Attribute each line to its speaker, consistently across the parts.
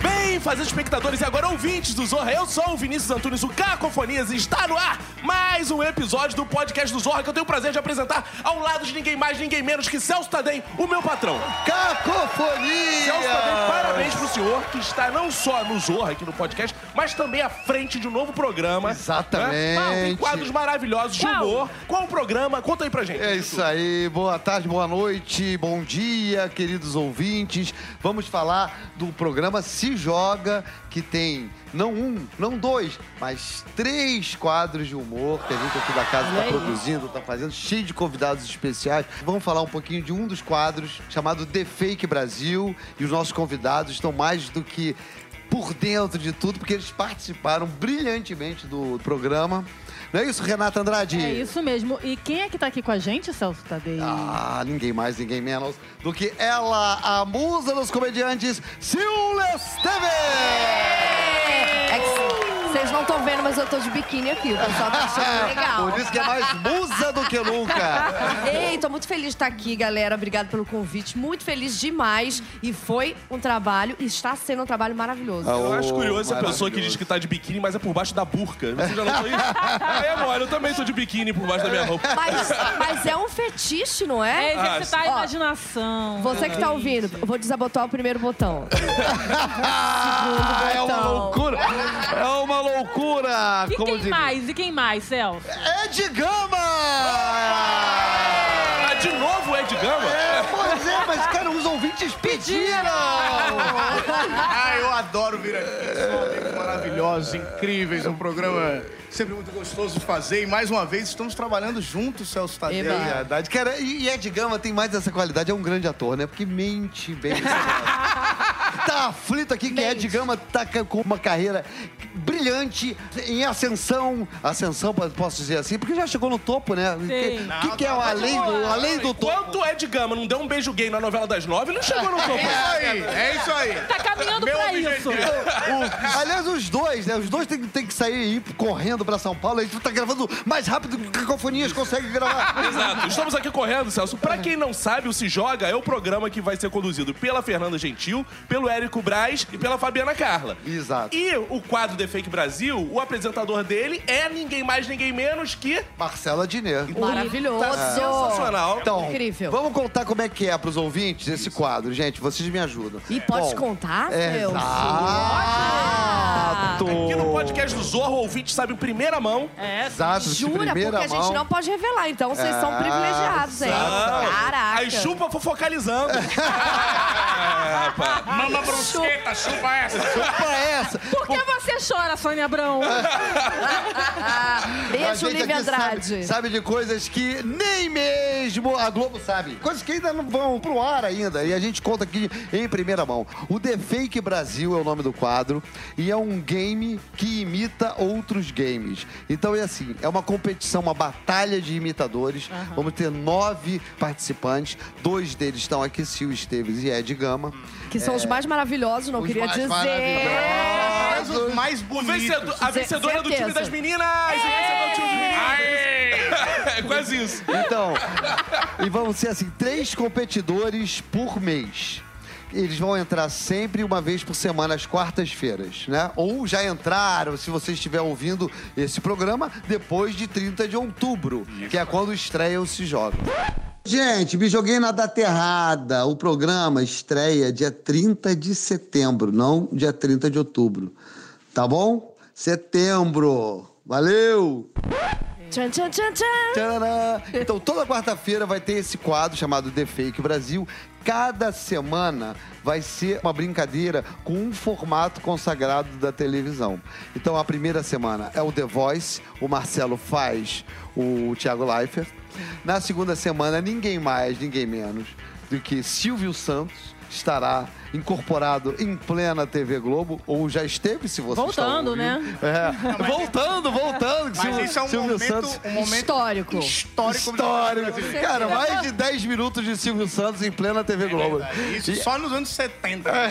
Speaker 1: bem, fazendo espectadores e agora ouvintes do Zorra. Eu sou o Vinícius Antunes, o Cacofonias, e está no ar mais um episódio do podcast do Zorra que eu tenho o prazer de apresentar ao lado de ninguém mais, ninguém menos que Celso Tadem, o meu patrão.
Speaker 2: Cacofonia!
Speaker 1: Celso Tadem, parabéns pro senhor que está não só no Zorra aqui no podcast, mas também à frente de um novo programa.
Speaker 2: Exatamente.
Speaker 1: Ah, tem quadros maravilhosos de
Speaker 3: Qual?
Speaker 1: humor. Qual o programa? Conta aí pra gente.
Speaker 2: É isso aí, boa tarde, boa noite, bom dia, queridos ouvintes. Vamos falar do programa Se Joga, que tem não um, não dois, mas três quadros de humor que a gente aqui da casa
Speaker 3: Olha
Speaker 2: está
Speaker 3: aí.
Speaker 2: produzindo, está fazendo, cheio de convidados especiais. Vamos falar um pouquinho de um dos quadros, chamado The Fake Brasil, e os nossos convidados estão mais do que por dentro de tudo, porque eles participaram brilhantemente do programa. Não é isso, Renata Andrade?
Speaker 3: É isso mesmo. E quem é que tá aqui com a gente, Celso Tadei?
Speaker 2: Ah, ninguém mais, ninguém menos do que ela, a musa dos comediantes, Silvia Esteves!
Speaker 4: É que vocês não estão vendo, mas eu tô de biquíni aqui. O pessoal tá
Speaker 3: Ah,
Speaker 4: achando legal.
Speaker 2: Por isso que é mais musa do que nunca.
Speaker 4: Ei, tô muito feliz de estar aqui, galera. Obrigada pelo convite. Muito feliz demais. E foi um trabalho, e está sendo um trabalho maravilhoso.
Speaker 1: Eu acho
Speaker 2: Oh,
Speaker 1: curioso a pessoa que
Speaker 2: maravilhoso.
Speaker 1: diz que tá de biquíni, mas é por baixo da burca. Você já notou isso? Aí é mole, eu também tô de biquíni por baixo da minha roupa.
Speaker 4: Mas, mas é um fetiche, não
Speaker 5: É
Speaker 4: é?
Speaker 3: Ah,
Speaker 2: Ah,
Speaker 5: exercitar a
Speaker 4: Ó,
Speaker 5: imaginação.
Speaker 4: Você que tá ouvindo, eu vou desabotar o primeiro botão.
Speaker 2: Ah, é uma
Speaker 4: Então.
Speaker 2: loucura! É uma loucura!
Speaker 5: E
Speaker 2: Ah, como
Speaker 5: quem
Speaker 2: diria.
Speaker 5: mais? E quem mais, Celso?
Speaker 2: É de gama!
Speaker 1: Ah, de novo é de gama?
Speaker 2: É, pois é, mas cara, os ouvintes pediram!
Speaker 6: Ah, eu adoro vir aqui. São amigos maravilhosos, incríveis. É um programa sempre muito gostoso de fazer. E mais uma vez, estamos trabalhando juntos, Celso Tadeu.
Speaker 2: É verdade. Cara, e e Ed Gama tem mais essa qualidade, é um grande ator, né? Porque mente bem. tá aflito aqui que Ed Gama tá ca- com uma carreira brilhante, em ascensão. Ascensão, po- posso dizer assim, porque já chegou no topo, né? O que, que, que é o além do, além do topo?
Speaker 1: Quanto é de gama? Não deu um beijo gay na novela das nove? Não chegou no
Speaker 6: É
Speaker 1: topo.
Speaker 6: isso aí, é isso aí.
Speaker 5: Tá caminhando
Speaker 6: Meu
Speaker 5: pra isso.
Speaker 6: objetivo.
Speaker 2: O- aliás, os dois, né? Os dois tem, tem que sair e ir correndo pra São Paulo. A gente tá gravando mais rápido que o Cacofonias consegue gravar.
Speaker 1: Exato. Estamos aqui correndo, Celso. Pra quem não sabe, o Se Joga é o programa que vai ser conduzido pela Fernanda Gentil, pelo Érico Braz e pela Fabiana Carla.
Speaker 2: Exato.
Speaker 1: E o quadro The Fake Brasil, o apresentador dele é ninguém mais, ninguém menos que...
Speaker 2: Marcela Diné.
Speaker 4: Maravilhoso.
Speaker 1: Sensacional.
Speaker 2: Então,
Speaker 4: Incrível.
Speaker 2: vamos contar como é que é pros ouvintes esse quadro. Gente, vocês me ajudam.
Speaker 4: E pode contar,
Speaker 2: é, tá.
Speaker 4: Celso?
Speaker 2: Exato!
Speaker 1: Aqui no podcast do Zorro, o ouvinte sabe em primeira mão
Speaker 5: É,
Speaker 2: Exato, de
Speaker 4: Jura? Porque
Speaker 2: primeira
Speaker 4: a gente
Speaker 2: mão.
Speaker 4: não pode revelar, então vocês são
Speaker 2: Ah,
Speaker 4: privilegiados, hein?
Speaker 1: exato.
Speaker 4: Caraca.
Speaker 1: Aí chupa fofocalizando.
Speaker 2: É,
Speaker 1: Ah, pá.
Speaker 6: Mama brusqueta, chupa essa.
Speaker 2: Chupa é essa!
Speaker 5: Por que você chora, Sônia Abrão?
Speaker 3: Ah,
Speaker 2: A
Speaker 4: Beijo,
Speaker 2: gente
Speaker 4: Lívia
Speaker 2: aqui
Speaker 4: é Andrade.
Speaker 2: Sabe, sabe de coisas que nem mesmo a Globo sabe. Coisas que ainda não vão pro ar ainda. E a gente conta aqui em primeira mão. O The Fake Brasil é o nome do quadro. E é um game que imita outros games. Então é assim, é uma competição, uma batalha de imitadores. Vamos ter nove participantes. Dois deles estão aqui, Sil Esteves e Ed Gama.
Speaker 4: Que são os mais maravilhosos, não
Speaker 2: É. Os
Speaker 4: queria
Speaker 2: mais
Speaker 4: dizer.
Speaker 6: Mas
Speaker 2: maravilhosos.
Speaker 6: os mais
Speaker 1: O
Speaker 6: bonitos.
Speaker 1: vencedor, a
Speaker 4: Ce-
Speaker 1: vencedora do time
Speaker 4: certeza.
Speaker 1: das meninas! O vencedor do time das meninas! É quase isso.
Speaker 2: Então, e vão ser assim, três competidores por mês. Eles vão entrar sempre uma vez por semana, às quartas-feiras, né? Ou já entraram, se você estiver ouvindo esse programa, depois de 30 de outubro, que é quando estreia o Se Joga. Gente, me joguei na data errada. O programa estreia dia 30 de setembro, não dia 30 de outubro. Tá bom? Setembro. Valeu!
Speaker 4: Tchan, tchan, tchan, tchan.
Speaker 2: Tcharam! Então, toda quarta-feira vai ter esse quadro chamado The Fake Brasil. Cada semana vai ser uma brincadeira com um formato consagrado da televisão. Então, a primeira semana é o The Voice, o Marcelo faz o Thiago Leifert. Na segunda semana, ninguém mais, ninguém menos do que Silvio Santos estará incorporado em plena TV Globo, ou já esteve, se você está
Speaker 5: Voltando,
Speaker 2: ouvindo.
Speaker 5: né?
Speaker 2: É. Voltando, voltando. que
Speaker 6: Mas
Speaker 2: Silvio-
Speaker 6: isso é um
Speaker 2: Silvio Santos-
Speaker 6: momento, um momento
Speaker 4: Histórico.
Speaker 6: histórico.
Speaker 2: Histórico.
Speaker 6: do
Speaker 2: Cara, mais de 10 minutos de Silvio Santos em plena TV Globo.
Speaker 6: Brasil. É Isso
Speaker 2: E-
Speaker 6: só nos anos 70.
Speaker 4: É.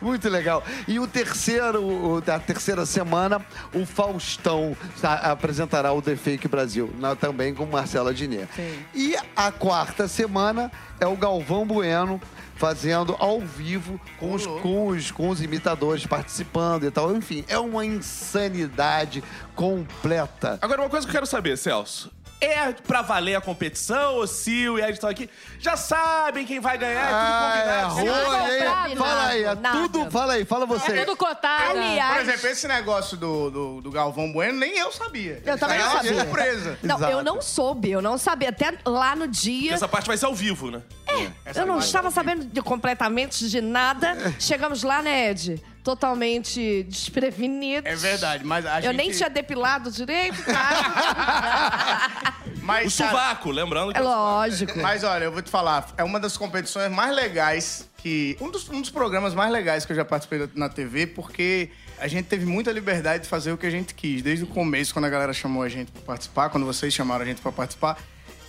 Speaker 2: muito legal. E o terceiro, o- a terceira semana, o Faustão sa- apresentará o The Fake Brasil, na- também com Marcela Diné. E a quarta semana é o Galvão Bueno fazendo ao vivo com os,
Speaker 6: louco.
Speaker 2: com, os, com os imitadores participando e tal. Enfim, é uma insanidade completa.
Speaker 1: Agora, uma coisa que eu quero saber, Celso. É pra valer a competição, ou se o Ed estão aqui, já sabem quem vai ganhar, é tudo
Speaker 2: Ah, é
Speaker 1: convidado.
Speaker 2: ruim, hein?
Speaker 4: combinado,
Speaker 2: Fala aí, é
Speaker 4: né? nada.
Speaker 2: tudo, fala aí, fala você.
Speaker 5: É tudo cotado.
Speaker 6: Por
Speaker 4: Aliás,
Speaker 6: exemplo, esse negócio do, do, do Galvão Bueno, nem eu sabia.
Speaker 4: Eu também não
Speaker 6: Isso aí É
Speaker 4: sabia.
Speaker 6: uma surpresa.
Speaker 4: não,
Speaker 2: Exato.
Speaker 4: eu não soube, eu não sabia. Até lá no dia,
Speaker 1: Essa parte vai ser ao vivo, né?
Speaker 6: Essa
Speaker 4: eu não
Speaker 6: imagem. tá
Speaker 4: estava sabendo de- completamente de nada. Chegamos lá, né, Ed? Totalmente desprevenidos.
Speaker 6: É verdade, mas a
Speaker 4: Eu
Speaker 6: gente...
Speaker 4: nem tinha depilado direito, tá? cara.
Speaker 1: O
Speaker 6: Mas, cara,
Speaker 1: sovaco, lembrando que...
Speaker 4: é lógico.
Speaker 6: Mas olha, eu vou te falar, é uma das competições mais legais que. Um dos, um dos programas mais legais que eu já participei da- na TV, porque a gente teve muita liberdade de fazer o que a gente quis. Desde o começo, quando a galera chamou a gente pra participar, quando vocês chamaram a gente pra participar,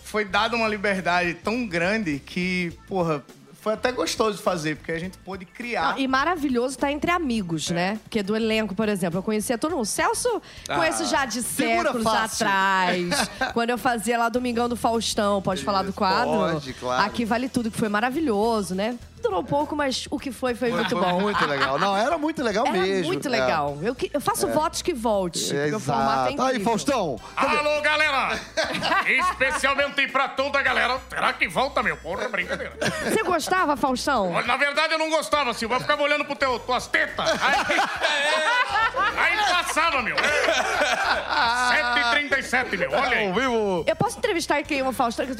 Speaker 6: foi dada uma liberdade tão grande que, porra, foi até gostoso de fazer, porque a gente pôde criar.
Speaker 4: Não, e maravilhoso tá entre
Speaker 6: É.
Speaker 4: amigos, né? Porque do elenco, por exemplo, eu conhecia todo mundo. O Celso
Speaker 6: Ah,
Speaker 4: conheço já de
Speaker 2: figura
Speaker 4: séculos
Speaker 2: fácil.
Speaker 4: atrás. quando eu fazia lá Domingão do Faustão, pode falar do quadro?
Speaker 2: pode, claro.
Speaker 4: Aqui vale tudo, que foi maravilhoso, né? Durou pouco, mas o que foi, foi, muito
Speaker 2: Foi
Speaker 4: bom.
Speaker 2: muito legal. Não, era muito legal
Speaker 4: Era
Speaker 2: mesmo.
Speaker 4: muito
Speaker 2: é.
Speaker 4: legal. Eu, que- eu faço votos que volte.
Speaker 2: É,
Speaker 4: porque o formato é
Speaker 2: exato. Aí,
Speaker 4: incrível.
Speaker 2: Faustão.
Speaker 7: Alô, galera! Especialmente pra toda a galera. Será que volta, meu? Porra, é brincadeira.
Speaker 4: Você gostava, Faustão?
Speaker 7: Olha, na verdade, eu não gostava, Silvio. Eu ficava olhando pro teu, tuas tetas. Aí, aí passava, meu. 7h37, meu. Olha aí.
Speaker 2: vivo.
Speaker 4: Eu posso entrevistar quem o Faustão? Eu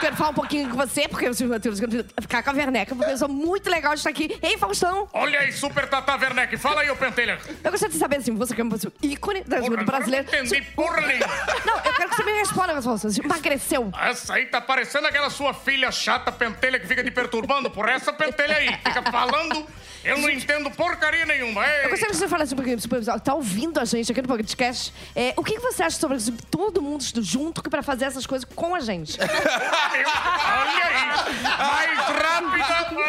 Speaker 4: quero falar um pouquinho com você, porque eu quero ficar com a Verneca, porque eu sou muito legal de estar aqui. Ei, Faustão!
Speaker 7: Olha aí, Super Tata Werneck. Fala aí, ô Pentelha.
Speaker 4: Eu gostaria de saber, assim, você que é um ícone da música
Speaker 7: Porra, agora eu não
Speaker 4: brasileira.
Speaker 7: entendi porra nenhuma.
Speaker 4: Não, eu quero que você me responda, mas você emagreceu.
Speaker 7: Essa aí tá parecendo aquela sua filha chata pentelha que fica te perturbando por essa pentelha aí. Fica falando, eu não entendo porcaria nenhuma.
Speaker 4: Eu
Speaker 7: Ei.
Speaker 4: gostaria que você falasse um pouquinho pro pessoal que tá ouvindo a gente aqui no podcast. É, o que, que você acha sobre isso? todo mundo estu- junto que pra fazer essas coisas com a gente?
Speaker 7: Olha aí! Mais rápida!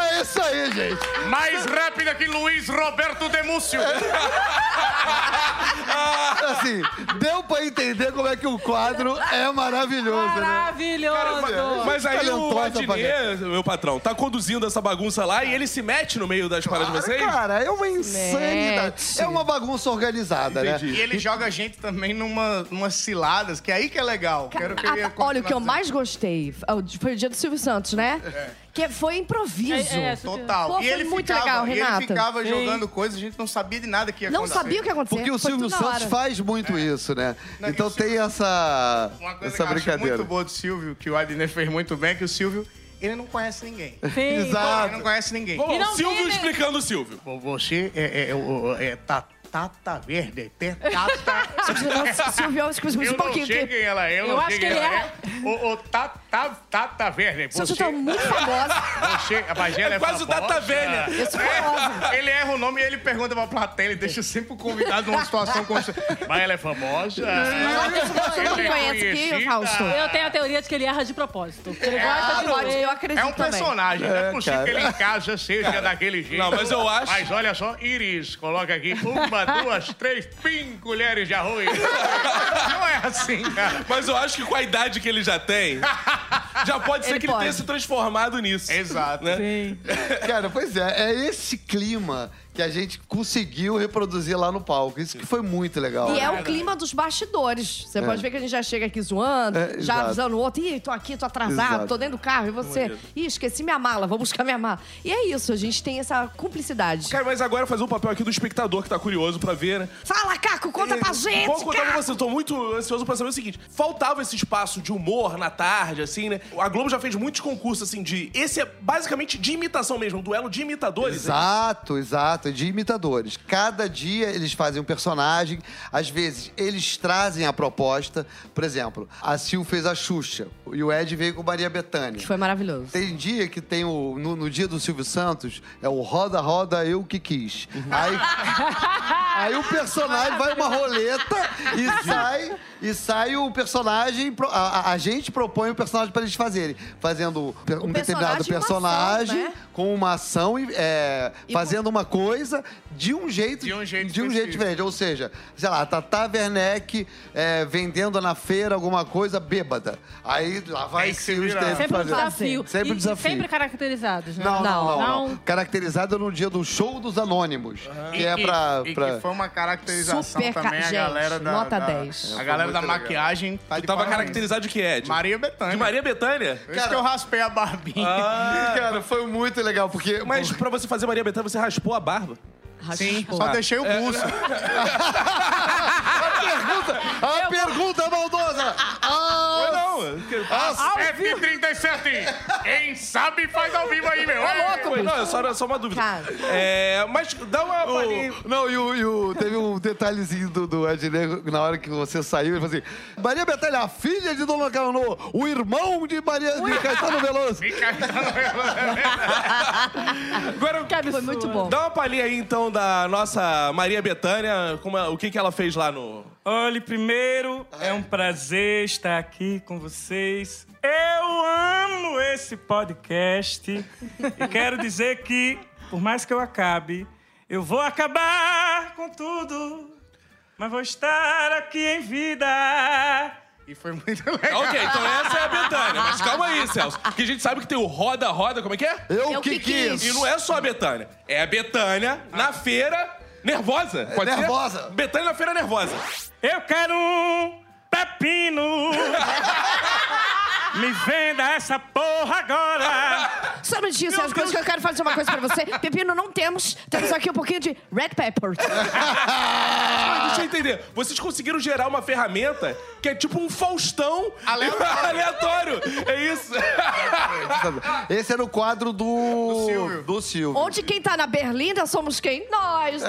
Speaker 2: É isso aí, gente.
Speaker 7: Mais rápida que Luiz Roberto Demúcio!
Speaker 2: Assim, deu pra entender como é que o quadro é maravilhoso, né?
Speaker 5: Maravilhoso.
Speaker 1: Mas aí o
Speaker 2: Talentosa pra
Speaker 1: Adnet, meu patrão, tá conduzindo essa bagunça lá e ele se mete no meio das paradas de vocês?
Speaker 2: Cara, é uma insanidade. É uma bagunça organizada, né?
Speaker 6: E ele joga a gente também numa, numas ciladas, que é aí que é legal. Quero que eu ia
Speaker 4: Ah, olha, o que eu
Speaker 6: continuar
Speaker 4: mais gostei ah, o- foi o dia do Silvio Santos, né? Que foi improviso.
Speaker 5: É, é,
Speaker 6: dizendo. Total.
Speaker 4: Pô,
Speaker 6: e
Speaker 4: foi
Speaker 6: ele
Speaker 4: muito
Speaker 6: ficava,
Speaker 4: legal,
Speaker 6: e ele
Speaker 4: Renato.
Speaker 6: ficava
Speaker 5: Sim.
Speaker 6: jogando coisas, a gente não sabia de nada que ia
Speaker 4: Não
Speaker 6: acontecer.
Speaker 4: sabia o que ia acontecer.
Speaker 2: Porque o
Speaker 4: foi
Speaker 2: Silvio
Speaker 4: tudo na
Speaker 2: Santos
Speaker 4: hora.
Speaker 2: faz muito isso, né?
Speaker 6: É. Não, e
Speaker 2: então
Speaker 6: o Silvio-
Speaker 2: tem essa,
Speaker 6: Uma coisa
Speaker 2: essa
Speaker 6: que eu acho
Speaker 2: brincadeira.
Speaker 6: muito boa do Silvio, que o Adnet fez muito bem, é que o Silvio, ele não conhece ninguém.
Speaker 5: Sim.
Speaker 6: Ele não
Speaker 2: Exato.
Speaker 6: conhece ninguém.
Speaker 1: Bom,
Speaker 5: E não
Speaker 1: Silvio
Speaker 5: tem, né?
Speaker 1: explicando o Silvio.
Speaker 6: Você é, é, o- é, ta- Tata Verde, é Tata...
Speaker 4: Nossa, Silvio, eu esqueci
Speaker 7: Eu
Speaker 4: um
Speaker 7: não
Speaker 4: pouquinho. que-
Speaker 7: sei quem ela é, eu,
Speaker 5: Eu
Speaker 7: não
Speaker 5: acho
Speaker 7: sei
Speaker 5: que
Speaker 7: quem
Speaker 5: ele
Speaker 7: ela
Speaker 5: é.
Speaker 7: é. Ô, ô, Tata, Tata Werner,
Speaker 4: Seu
Speaker 7: você...
Speaker 4: Santos tá muito famosa.
Speaker 7: Você, a Magela é,
Speaker 1: É quase o
Speaker 7: famosa. É,
Speaker 1: Tata Werner.
Speaker 4: Eu sou famosa.
Speaker 6: Ele erra o nome e ele pergunta pra plateia, ele deixa sempre o convidado numa situação constante.
Speaker 7: Mas ela é famosa.
Speaker 4: Você não
Speaker 7: Ela é
Speaker 4: conhece quem,
Speaker 7: conhecida.
Speaker 4: Fausto?
Speaker 5: Eu tenho a teoria de que ele erra de propósito. Ele gosta de
Speaker 4: É, Pode, pode,
Speaker 5: doer.
Speaker 4: eu acredito
Speaker 6: É um
Speaker 4: também.
Speaker 6: personagem,
Speaker 7: Não
Speaker 6: né?
Speaker 2: É,
Speaker 7: é possível
Speaker 2: cara.
Speaker 7: que ele em casa seja daquele jeito.
Speaker 1: Não, mas eu acho-
Speaker 7: Mas olha só, Iris, coloca aqui uma, duas, três, pim colheres de arroz. Não é assim, cara.
Speaker 1: Mas eu acho que com a idade que ele já tem, já pode ser
Speaker 4: Ele
Speaker 1: que ele tenha
Speaker 4: pode.
Speaker 1: se transformado nisso.
Speaker 6: Exato.
Speaker 1: Né?
Speaker 2: Cara, pois é, é esse clima que a gente conseguiu reproduzir lá no palco. Isso que foi muito legal.
Speaker 4: E é o clima dos bastidores. Você pode ver que a gente já chega aqui zoando,
Speaker 2: É,
Speaker 4: já
Speaker 2: exato.
Speaker 4: avisando o outro. Ih, tô aqui, tô atrasado,
Speaker 2: Exato.
Speaker 4: tô dentro do carro. E você? Ih, esqueci minha mala, vou buscar minha mala. E é isso, a gente tem essa cumplicidade.
Speaker 1: Cara, mas agora fazer o papel aqui do espectador que tá curioso pra ver, né?
Speaker 4: Fala, Caco, conta pra gente,
Speaker 1: É. Vou contar
Speaker 4: Caco!
Speaker 1: pra você, eu tô muito ansioso pra saber o seguinte: faltava esse espaço de humor na tarde, assim, né? A Globo já fez muitos concursos, assim, de. Esse é basicamente de imitação mesmo, um duelo de imitadores.
Speaker 2: Exato, exato, de imitadores. Cada dia eles fazem um personagem, às vezes eles trazem a proposta. Por exemplo, a Sil fez a Xuxa e o Ed veio com Maria Bethânia.
Speaker 4: Que foi maravilhoso.
Speaker 2: Tem dia que tem o. No, no dia do Silvio Santos, é o Roda, Roda, Eu Que Quis. Aí, Aí o personagem vai uma roleta e sai, e sai o personagem. pro- A, a- a gente propõe o personagem pra eles fazerem. Fazendo pe- um determinado
Speaker 4: personagem e uma ação,
Speaker 2: personagem,
Speaker 4: né?
Speaker 2: com uma ação e é,
Speaker 4: E
Speaker 2: fazendo uma coisa de um jeito.
Speaker 7: De um jeito
Speaker 2: de um jeito
Speaker 7: específico.
Speaker 2: diferente. Ou seja, sei lá, a Tata Werneck é, vendendo na feira alguma coisa bêbada. Aí lá vai
Speaker 7: Tem que se
Speaker 2: os
Speaker 7: virar.
Speaker 2: três
Speaker 3: Sempre um
Speaker 2: Tá fazendo.
Speaker 3: desafio.
Speaker 2: Sempre
Speaker 3: E-
Speaker 2: um desafio.
Speaker 3: E sempre caracterizados, né?
Speaker 2: Não, não, não, não.
Speaker 3: Não.
Speaker 2: Caracterizada no dia do show dos anônimos. Que é
Speaker 7: E-
Speaker 2: pra.
Speaker 7: e,
Speaker 2: pra-
Speaker 7: que foi uma caracterização
Speaker 4: Super ca-
Speaker 7: também, a
Speaker 4: gente,
Speaker 7: galera da...
Speaker 4: nota
Speaker 7: da-
Speaker 4: 10.
Speaker 7: A galera da
Speaker 6: Foi muito legal.
Speaker 7: maquiagem tá de
Speaker 1: Tava
Speaker 7: parabéns.
Speaker 1: caracterizado de que, Ed?
Speaker 7: Maria Bethânia.
Speaker 1: De Maria Bethânia?
Speaker 7: Por isso que eu raspei a barbinha.
Speaker 2: Cara, foi muito legal, porque.
Speaker 1: Mas pra você fazer Maria Bethânia, você raspou a barba.
Speaker 7: Sim, só deixei o pulso.
Speaker 2: A pergunta maldosa! Ah,
Speaker 7: Ao F37! Quem sabe faz ao vivo aí, meu. É
Speaker 1: Não, é só, é só uma dúvida.
Speaker 4: Ah, tá Cara.
Speaker 1: É, mas dá uma palhinha.
Speaker 2: o- não, e, o, e o- teve um detalhezinho do, do Adnet, na hora que você saiu, ele falou assim: Maria Bethânia, a filha de Dona Carnô, o irmão de Maria de Caetano Veloso.
Speaker 1: Agora,
Speaker 4: Foi muito bom.
Speaker 1: dá uma palhinha aí, então, da nossa Maria Bethânia, como ela- o que, que ela fez lá no...
Speaker 8: Olhe, primeiro, é um prazer estar aqui com vocês. Eu amo esse podcast e quero dizer que, por mais que eu acabe, eu vou acabar com tudo, mas vou estar aqui em vida.
Speaker 7: E foi muito legal.
Speaker 1: Ok, então essa é a Betânia. Mas calma aí, Celso. Porque a gente sabe que tem o Roda Roda, como é que é?
Speaker 2: Eu,
Speaker 4: Eu
Speaker 2: que
Speaker 4: que
Speaker 2: quis.
Speaker 4: quis.
Speaker 1: E não é só a Betânia. É a Betânia na feira nervosa. Pode ser?
Speaker 2: Nervosa.
Speaker 1: Betânia na feira nervosa.
Speaker 8: Eu quero um pepino. Me venda essa porra agora.
Speaker 4: Só um minutinho, Sérgio, coisa que eu quero fazer uma coisa pra você. Pepino não temos, temos aqui um pouquinho de red pepper.
Speaker 2: Ah.
Speaker 1: Mas deixa eu entender. Vocês conseguiram gerar uma ferramenta que é tipo um Faustão aleatório. É isso.
Speaker 2: Esse era o quadro do. Do
Speaker 7: Silvio.
Speaker 2: Do Silvio.
Speaker 4: Onde quem tá na Berlinda somos quem? Nós,
Speaker 1: É,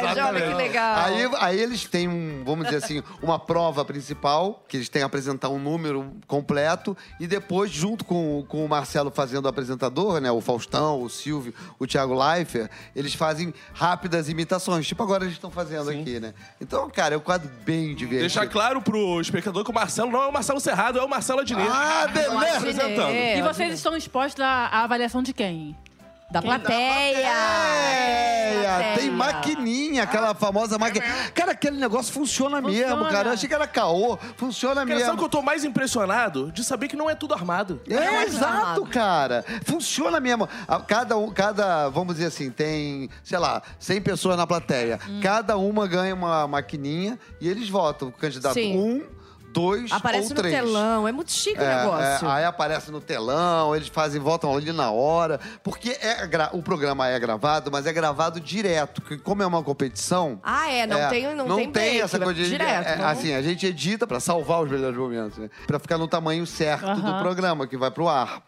Speaker 2: Exatamente.
Speaker 4: Olha que legal.
Speaker 2: Aí, aí eles têm um, vamos dizer assim, uma prova principal, que eles têm que apresentar um número completo, e depois, junto com, com o Marcelo fazendo o apresentador, né? O Faustão, o Silvio, o Thiago Leifert, eles fazem rápidas imitações, tipo agora eles estão fazendo aqui, né? Então, cara, é um quadro bem divertido.
Speaker 1: Deixar claro pro espectador que o Marcelo não é o Marcelo Serrado, é o Marcelo Adnet.
Speaker 2: Ah, beleza! então.
Speaker 1: apresentando.
Speaker 4: É,
Speaker 3: E
Speaker 4: ó,
Speaker 3: vocês estão expostos à, à avaliação de quem? tá?
Speaker 4: Da plateia.
Speaker 2: É, tem
Speaker 4: Plateia.
Speaker 2: maquininha, aquela famosa
Speaker 1: É
Speaker 2: maquininha. Cara, aquele negócio funciona, mesmo,
Speaker 3: Funciona.
Speaker 2: cara. Eu achei que era caô, funciona
Speaker 1: Cara, sabe
Speaker 2: mesmo.
Speaker 1: que eu tô mais impressionado? De saber que não é tudo armado.
Speaker 2: É, exato, cara. Funciona mesmo. A- Cada, um- cada, vamos dizer assim, tem, sei lá, 100 pessoas na plateia.
Speaker 4: Hum.
Speaker 2: Cada uma ganha uma maquininha e eles votam. O candidato
Speaker 4: Sim.
Speaker 2: um, dois
Speaker 4: Aparece
Speaker 2: ou
Speaker 4: no
Speaker 2: três.
Speaker 4: telão, é muito chique o
Speaker 2: É,
Speaker 4: negócio.
Speaker 2: é, aí aparece no telão, eles fazem, votam ali na hora. Porque é gra- o programa é gravado, mas é gravado direto. que Como é uma competição.
Speaker 4: Ah, é, não tem- não tem break,
Speaker 2: essa
Speaker 4: vai
Speaker 2: coisa de.
Speaker 4: direto, né?
Speaker 2: é,
Speaker 4: não.
Speaker 2: assim, a gente edita pra salvar os melhores momentos, né? Pra ficar no tamanho certo do
Speaker 3: Aham.
Speaker 2: programa que vai pro ar.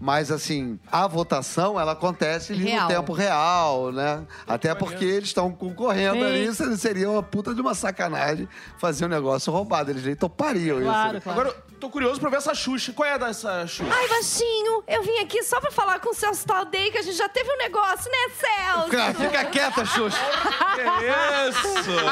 Speaker 2: Mas, assim, a votação, ela acontece ali
Speaker 4: Real.
Speaker 2: no tempo real, né? Até porque eles estão concorrendo
Speaker 3: Sim.
Speaker 2: ali, se- seria uma puta de uma sacanagem fazer um negócio roubado. Eles nem topariam isso.
Speaker 3: Claro,
Speaker 2: né?
Speaker 3: claro.
Speaker 1: Agora, eu tô curioso pra ver essa Xuxa. Qual é a dessa Xuxa?
Speaker 4: Ai, baixinho, eu vim aqui só pra falar com o Celso Taldei, que a gente já teve um negócio, né, Celso?
Speaker 2: Cara, fica quieta, Xuxa.
Speaker 1: Que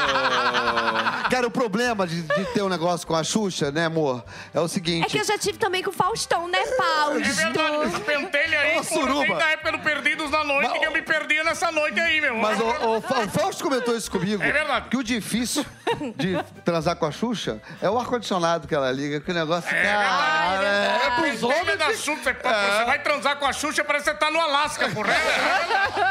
Speaker 1: isso?
Speaker 2: Cara, o problema de, de ter um negócio com a Xuxa, né, amor? É o
Speaker 4: É
Speaker 2: seguinte.
Speaker 4: que eu já tive também com o Faustão, né,
Speaker 7: É verdade,
Speaker 4: Fausto?
Speaker 7: esse pentelho aí,
Speaker 2: Ô,
Speaker 7: pô,
Speaker 2: suruba.
Speaker 7: desde a época do Perdidos na Noite,
Speaker 2: Mas-
Speaker 7: que eu me perdia nessa noite aí, meu.
Speaker 2: Mas o, o Fa- o Fausto comentou isso comigo.
Speaker 7: É verdade.
Speaker 2: Que o difícil de transar com a Xuxa é o ar-condicionado que ela liga, que o negócio. cara, é, é pros
Speaker 7: Pentelho
Speaker 2: homens. É.
Speaker 7: da Xuxa, pô, você vai transar com a Xuxa, parece que você tá no Alasca, porra.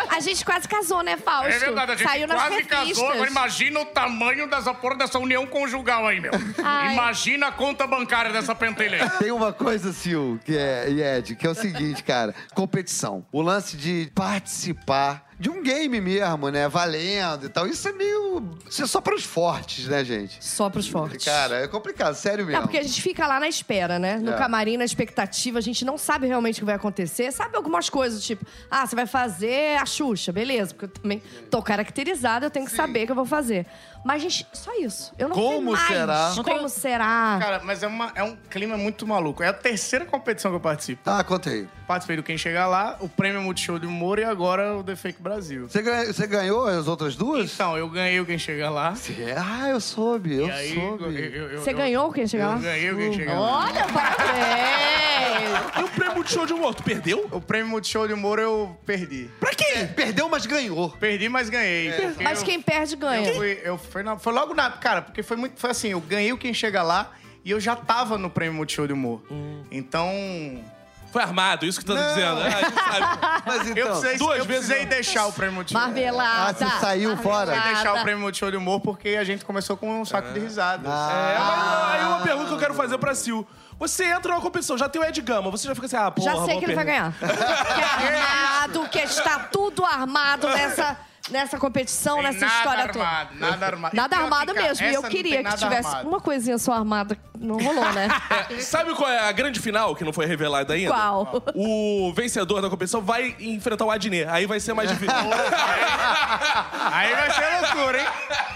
Speaker 4: A gente quase casou, né, Fausto?
Speaker 7: É verdade, a gente
Speaker 4: Saiu nas
Speaker 7: quase
Speaker 4: revistas.
Speaker 7: casou. Agora imagina o tamanho dessa porra dessa união conjugal aí, meu.
Speaker 4: Ai.
Speaker 7: Imagina a conta bancária dessa pentelha aí.
Speaker 2: Tem uma coisa, Sil, que é, e Ed, que é o seguinte, cara. Competição. O lance de participar de um game mesmo, né? Valendo e tal. Isso é meio. Isso é só pros fortes, né, gente?
Speaker 4: Só pros fortes.
Speaker 2: Cara, é complicado, sério mesmo.
Speaker 4: Não, porque a gente fica lá na espera, né? No
Speaker 2: É.
Speaker 4: camarim, na expectativa, a gente não sabe realmente o que vai acontecer. Sabe algumas coisas, tipo, ah, você vai fazer a Xuxa, beleza, porque eu também tô caracterizada, eu tenho que saber o que eu vou fazer. Mas, gente, só isso. Eu não
Speaker 2: Como
Speaker 4: sei mais
Speaker 2: será?
Speaker 3: Não
Speaker 4: Como
Speaker 3: tem-
Speaker 4: será?
Speaker 7: Cara, mas é, uma- é um clima muito maluco. É a terceira competição que eu participo.
Speaker 2: Ah, conta aí.
Speaker 6: Participei do Quem Chegar Lá, o Prêmio Multishow de Humor e agora o The Fake Brasil.
Speaker 2: Você ganhou, você ganhou as outras duas?
Speaker 6: Então, eu ganhei o Quem Chegar Lá.
Speaker 2: É, Ah, eu soube, eu
Speaker 6: E aí, eu-
Speaker 2: soube.
Speaker 6: eu- eu-
Speaker 4: Você
Speaker 6: eu-
Speaker 4: ganhou quem chegar lá?
Speaker 6: Eu ganhei o Quem Chegar Lá.
Speaker 4: Olha, parabéns!
Speaker 1: E o prêmio de show de humor, tu perdeu?
Speaker 6: O Prêmio Multishow de Humor eu perdi.
Speaker 1: Pra
Speaker 6: É.
Speaker 1: quem?
Speaker 2: Perdeu, mas ganhou.
Speaker 6: Perdi, mas ganhei. porque
Speaker 4: Mas
Speaker 6: eu-
Speaker 4: quem perde ganha.
Speaker 6: Eu fui, eu fui na- foi logo na. Cara, porque foi muito. Foi assim, eu ganhei o quem chega lá e eu já tava no prêmio Multishow de Humor. Então.
Speaker 1: Foi armado, isso que tu tá
Speaker 6: Não.
Speaker 1: dizendo. Ah, a gente sabe.
Speaker 2: Mas então.
Speaker 6: Eu precisei,
Speaker 1: duas
Speaker 6: eu
Speaker 1: vezes
Speaker 6: precisei
Speaker 1: não.
Speaker 6: deixar o prêmio Multishow.
Speaker 2: Ah, você
Speaker 4: Marvelada.
Speaker 2: saiu fora.
Speaker 6: Eu precisei deixar o prêmio Multishow de Humor porque a gente começou com um saco de risadas.
Speaker 1: É, mas aí uma pergunta que eu quero fazer pra Sil. Você entra numa competição, já tem o Ed Gama, você já fica assim, ah, porra,
Speaker 4: Já sei
Speaker 1: vou
Speaker 4: que ele vai
Speaker 1: perder.
Speaker 4: ganhar. Que é armado, que está tudo armado nessa, nessa competição,
Speaker 7: Tem
Speaker 4: nessa
Speaker 7: nada
Speaker 4: história
Speaker 7: armado,
Speaker 4: toda.
Speaker 7: Nada armado.
Speaker 4: Nada
Speaker 7: E pior que,
Speaker 4: armado
Speaker 7: cara,
Speaker 4: mesmo. E
Speaker 7: essa
Speaker 4: eu
Speaker 7: não
Speaker 4: queria
Speaker 7: tem
Speaker 4: que
Speaker 7: nada
Speaker 4: tivesse
Speaker 7: armado.
Speaker 4: uma coisinha só armada. Não rolou, né?
Speaker 1: Sabe qual é a grande final que não foi revelada ainda?
Speaker 4: Qual?
Speaker 1: O vencedor da competição vai enfrentar o Adnet. Aí vai ser mais difícil.
Speaker 6: Aí vai ser loucura, hein?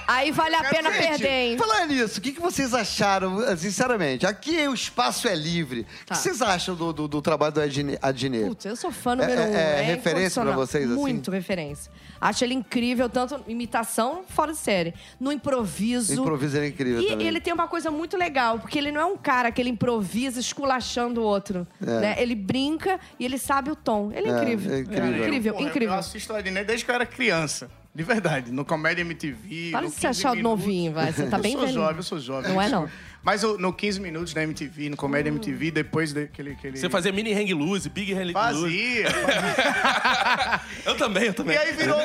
Speaker 4: Aí vale a pena
Speaker 2: Gente,
Speaker 4: perder, hein?
Speaker 2: Falar nisso, o que, que vocês acharam, eh, sinceramente? Aqui o espaço é livre.
Speaker 4: Tá.
Speaker 2: O que vocês acham do, do- do trabalho do Adnet? Adnet?
Speaker 4: Putz, eu sou fã número
Speaker 2: É-
Speaker 4: um.
Speaker 2: é- é referência pra
Speaker 4: incondicional.
Speaker 2: vocês, assim?
Speaker 4: Muito referência. Acho ele incrível, tanto imitação fora de série. No improviso.
Speaker 2: Improviso ele é incrível
Speaker 4: E
Speaker 2: também.
Speaker 4: ele tem uma coisa muito legal, porque ele não é um cara que ele improvisa esculachando o outro. Né? Ele brinca e ele sabe o tom. Ele é,
Speaker 2: É,
Speaker 4: incrível.
Speaker 2: é incrível.
Speaker 4: incrível,
Speaker 6: Porra, eu-
Speaker 4: incrível.
Speaker 6: Eu assisto a Adnet desde que eu era criança. De verdade. No Comédia MTV.
Speaker 4: Para
Speaker 6: no
Speaker 4: de se
Speaker 6: 15
Speaker 4: achar o
Speaker 6: minutos.
Speaker 4: novinho, vai. Você tá
Speaker 6: eu
Speaker 4: bem
Speaker 6: sou
Speaker 4: velho.
Speaker 6: jovem, eu sou jovem.
Speaker 4: Não é, não.
Speaker 6: desculpa. Mas eu- no 15 minutos da MTV, no Comédia MTV, depois daquele. aquele-
Speaker 1: Você fazia mini hang loose, big hang loose.
Speaker 6: Fazia.
Speaker 1: Eu também, eu também.
Speaker 6: E aí virou.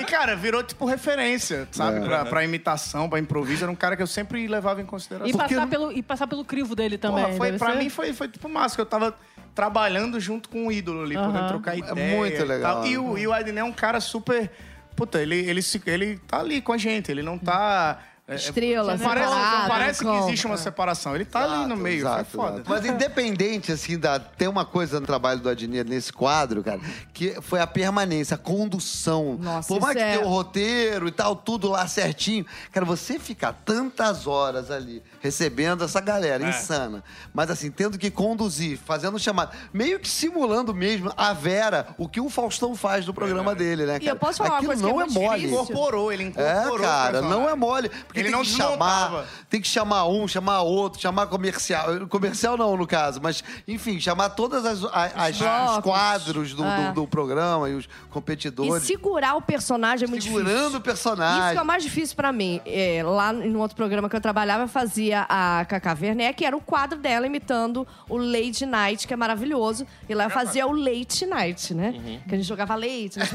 Speaker 6: e, cara, virou tipo referência, sabe?
Speaker 1: É, né?
Speaker 6: Pra, pra imitação, pra improviso. Era um cara que eu sempre levava em consideração.
Speaker 5: E passar, pelo, e passar pelo crivo dele também.
Speaker 6: Porra, foi,
Speaker 5: deve
Speaker 6: pra
Speaker 5: ser?
Speaker 6: mim foi, foi tipo massa, que eu tava trabalhando junto com o ídolo ali, podendo trocar ideia.
Speaker 2: É muito
Speaker 6: e tal.
Speaker 2: legal. né?
Speaker 6: E o, e o Adnet é um cara super. Puta, ele, ele, se- ele tá ali com a gente, ele não tá. é, é-
Speaker 4: Estrela,
Speaker 6: não parece,
Speaker 4: separado,
Speaker 6: não parece que
Speaker 4: com-
Speaker 6: existe uma separação. Ele tá ali no
Speaker 4: é
Speaker 6: meio,
Speaker 2: Exato,
Speaker 6: foi foda.
Speaker 2: exato. Mas independente, assim, da, tem uma coisa no trabalho do Adnet nesse quadro, cara, que foi a permanência, a condução.
Speaker 4: Nossa,
Speaker 2: Por mais
Speaker 4: isso
Speaker 2: que
Speaker 4: é-
Speaker 2: tenha o roteiro e tal, tudo lá certinho. Cara, você ficar tantas horas ali recebendo essa galera insana, mas assim, tendo que conduzir, fazendo chamada, meio que simulando mesmo a Vera, o que o Faustão faz no programa dele, né, cara?
Speaker 4: E eu posso falar uma
Speaker 2: Aquilo
Speaker 4: coisa que é
Speaker 2: não
Speaker 4: muito
Speaker 2: é mole.
Speaker 6: Ele
Speaker 4: difícil.
Speaker 6: incorporou, ele incorporou.
Speaker 2: É,
Speaker 6: o
Speaker 2: cara,
Speaker 6: personagem.
Speaker 2: não é mole. Porque
Speaker 6: Ele
Speaker 2: tem
Speaker 6: não
Speaker 2: que
Speaker 6: desmontava.
Speaker 2: chamar, tem que chamar um, chamar outro, chamar comercial. Comercial não, no caso, mas, enfim, chamar todas as, a- as-
Speaker 4: blocos.
Speaker 2: os quadros do,
Speaker 4: É.
Speaker 2: do- do programa e os
Speaker 6: um
Speaker 4: E
Speaker 2: competidores.
Speaker 4: segurar o personagem é muito difícil.
Speaker 2: segurando o
Speaker 4: Isso
Speaker 2: personagem.
Speaker 4: que é o mais difícil pra mim. É, lá no outro programa que eu trabalhava, eu fazia a Cacá Werneck, e era o quadro dela imitando o Late Night, que é maravilhoso. E lá eu fazia o Late Night, né?
Speaker 6: Uhum.
Speaker 4: Que a gente jogava leite. Né?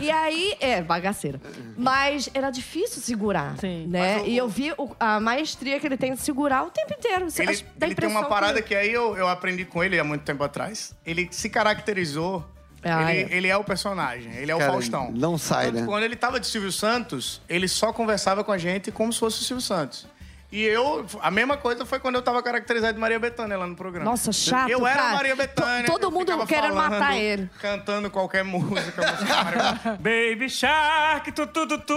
Speaker 4: e aí, é, bagaceira. Mas era difícil segurar,
Speaker 5: Sim.
Speaker 4: né?
Speaker 6: Mas o-
Speaker 4: E eu vi o- a maestria que ele tem de segurar o tempo inteiro. Você
Speaker 6: Ele,
Speaker 4: acha- dá a
Speaker 6: ele tem
Speaker 4: impressão
Speaker 6: uma parada que, aí eu, eu aprendi com ele há muito tempo atrás. Ele se caracterizou.
Speaker 4: Ah,
Speaker 6: ele,
Speaker 4: é.
Speaker 6: ele é o personagem, ele é
Speaker 2: Cara,
Speaker 6: o Faustão.
Speaker 2: não sai,
Speaker 6: Tanto
Speaker 2: né?
Speaker 6: Quando ele tava de Silvio Santos, ele só conversava com a gente como se fosse o Silvio Santos. E eu, a mesma coisa foi quando eu tava caracterizado de Maria Bethânia lá no programa.
Speaker 4: Nossa, chato,
Speaker 6: Eu era
Speaker 4: cara.
Speaker 6: Maria Bethânia.
Speaker 4: To- todo
Speaker 6: eu
Speaker 4: mundo
Speaker 6: ficava
Speaker 4: querendo
Speaker 6: falando,
Speaker 4: matar ele.
Speaker 6: Cantando qualquer música. música Maria Bethânia.
Speaker 8: Baby Shark, tu, tu, tu, tu.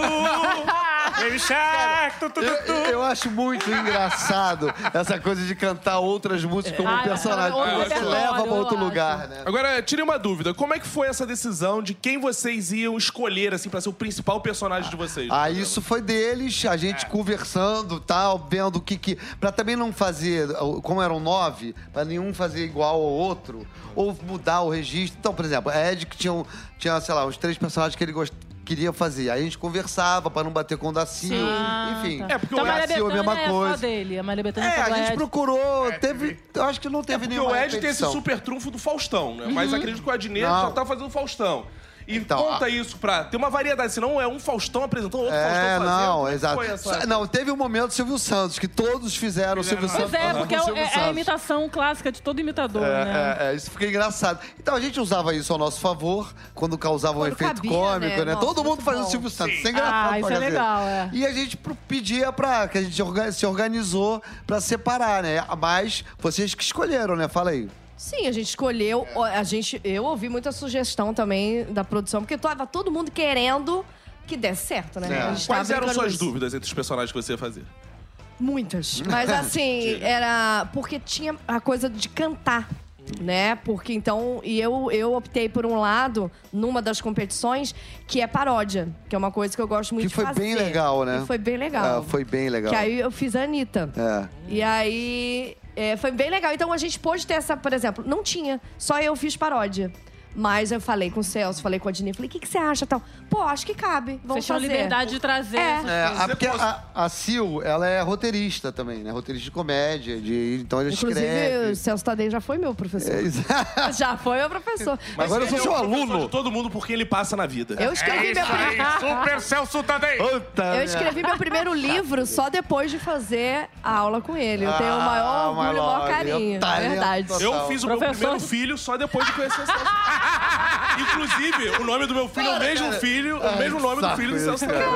Speaker 8: Baby Shark, tu, tu, tu,
Speaker 2: Eu,
Speaker 8: tu.
Speaker 2: eu acho muito engraçado essa coisa de cantar outras músicas como
Speaker 5: Ah,
Speaker 2: personagem.
Speaker 5: é outro
Speaker 2: Porque você
Speaker 5: repertório,
Speaker 2: leva pra outro
Speaker 5: eu
Speaker 2: lugar,
Speaker 5: acho.
Speaker 2: né?
Speaker 1: Agora, tirei uma dúvida. Como é que foi essa decisão de quem vocês iam escolher, assim, pra ser o principal personagem de vocês?
Speaker 2: Ah, isso foi deles, a gente conversando, tal, vendo o que que... Pra também não fazer, como eram nove, pra nenhum fazer igual ao outro, ou mudar o registro. Então, por exemplo, Ed que tinha, um- tinha sei lá, uns três personagens que ele gost- Queria fazer. Aí a gente conversava pra não bater com o Dacinho. Ah, Enfim.
Speaker 1: É, porque
Speaker 5: então,
Speaker 1: o
Speaker 5: a Maria
Speaker 2: Ed é a
Speaker 5: Bethânia
Speaker 2: mesma
Speaker 5: é
Speaker 2: coisa.
Speaker 5: só dele. A Maria Bethânia
Speaker 2: É,
Speaker 5: é só
Speaker 2: a
Speaker 5: do
Speaker 2: gente
Speaker 5: Ed.
Speaker 2: procurou. Teve. É, Eu acho que não teve
Speaker 1: Porque
Speaker 2: nenhuma.
Speaker 1: o Ed tem esse
Speaker 2: repetição. Uhum.
Speaker 1: super trunfo do Faustão, né? Mas acredito que o Adnet
Speaker 2: Não.
Speaker 1: já tá fazendo Faustão. E
Speaker 2: Então,
Speaker 1: conta
Speaker 2: a-
Speaker 1: isso pra ter uma variedade, senão é um Faustão apresentando, outro Faustão
Speaker 2: É,
Speaker 1: fazendo. Como
Speaker 2: não,
Speaker 1: é que
Speaker 2: exato.
Speaker 1: foi essa-
Speaker 2: Só- Não, teve um momento Silvio Santos, que todos fizeram o Silvio Santos.
Speaker 5: Pois é,
Speaker 2: fazendo
Speaker 5: porque
Speaker 2: o
Speaker 5: é,
Speaker 2: Silvio
Speaker 5: é- é a
Speaker 2: Santos.
Speaker 5: imitação clássica de todo imitador, né?
Speaker 2: É, é, é, isso fica engraçado. Então a gente usava isso ao nosso favor, quando causava um
Speaker 4: Quando
Speaker 2: efeito
Speaker 4: cabia,
Speaker 2: cômico,
Speaker 4: né?
Speaker 2: né?
Speaker 4: Nossa,
Speaker 2: Todo
Speaker 4: muito
Speaker 2: mundo fazendo
Speaker 4: bom.
Speaker 2: Silvio Santos. Isso é engraçado,
Speaker 5: Ah, isso
Speaker 2: pra
Speaker 5: é
Speaker 2: cacete.
Speaker 5: legal, é.
Speaker 2: E a gente pro- pedia pra. que a gente orga- se organizou pra separar, né? Mas vocês que escolheram, né? Fala aí.
Speaker 4: Sim, a gente escolheu.
Speaker 6: É.
Speaker 4: ó, A gente, eu ouvi muita sugestão também da produção, porque tava todo mundo querendo que desse certo, né?
Speaker 2: É.
Speaker 4: A gente tava
Speaker 1: Quais eram
Speaker 4: brincando
Speaker 1: suas
Speaker 4: disso.
Speaker 1: dúvidas entre os personagens que você ia fazer?
Speaker 4: Muitas. Mas assim, era. Porque tinha a coisa de cantar. né? Porque então, e eu, eu optei por um lado, numa das competições, que é paródia, que é uma coisa que eu gosto muito
Speaker 2: Que
Speaker 4: de
Speaker 2: foi
Speaker 4: fazer.
Speaker 2: bem legal, né?
Speaker 4: E foi bem legal.
Speaker 2: É, foi bem legal.
Speaker 4: Que aí eu fiz a Anitta.
Speaker 2: É.
Speaker 4: E aí é, foi bem legal. Então a gente pôde ter essa, por exemplo, não tinha, só eu fiz paródia. Mas eu falei com o Celso, falei com a Dini, falei, o que, que você acha tal? Pô, acho que cabe. Vamos
Speaker 5: Vocês tinham
Speaker 4: fazer.
Speaker 5: liberdade de trazer.
Speaker 4: É.
Speaker 2: É,
Speaker 5: essas coisas.
Speaker 2: a, porque a, a Sil, ela é roteirista também, né? Roteirista de comédia, de, então ela
Speaker 4: Inclusive, o
Speaker 2: escreve.
Speaker 4: Celso Tadei já foi meu professor.
Speaker 2: É, exato.
Speaker 4: Já foi meu professor.
Speaker 2: Mas agora eu sou
Speaker 1: Ele é
Speaker 2: seu
Speaker 1: o professor
Speaker 2: aluno.
Speaker 1: De todo mundo porque ele passa na vida.
Speaker 4: Eu
Speaker 7: É
Speaker 4: escrevi,
Speaker 7: isso
Speaker 4: meu,
Speaker 7: aí,
Speaker 4: pri-
Speaker 7: Super Celso Tadei.
Speaker 2: Puta
Speaker 4: eu
Speaker 2: merda.
Speaker 4: escrevi meu primeiro livro só depois de fazer a aula com ele. Eu tenho o
Speaker 2: Ah,
Speaker 4: maior orgulho e o maior
Speaker 2: Malone,
Speaker 4: carinho.
Speaker 2: tá
Speaker 4: É verdade.
Speaker 2: lento.
Speaker 1: Eu fiz o meu
Speaker 5: Professor
Speaker 1: primeiro
Speaker 5: de-
Speaker 1: filho só depois de conhecer o Celso. Inclusive, o nome do meu filho é o mesmo filho, o mesmo nome do
Speaker 2: Saco
Speaker 1: filho do
Speaker 2: isso,
Speaker 1: Celso.
Speaker 2: cara.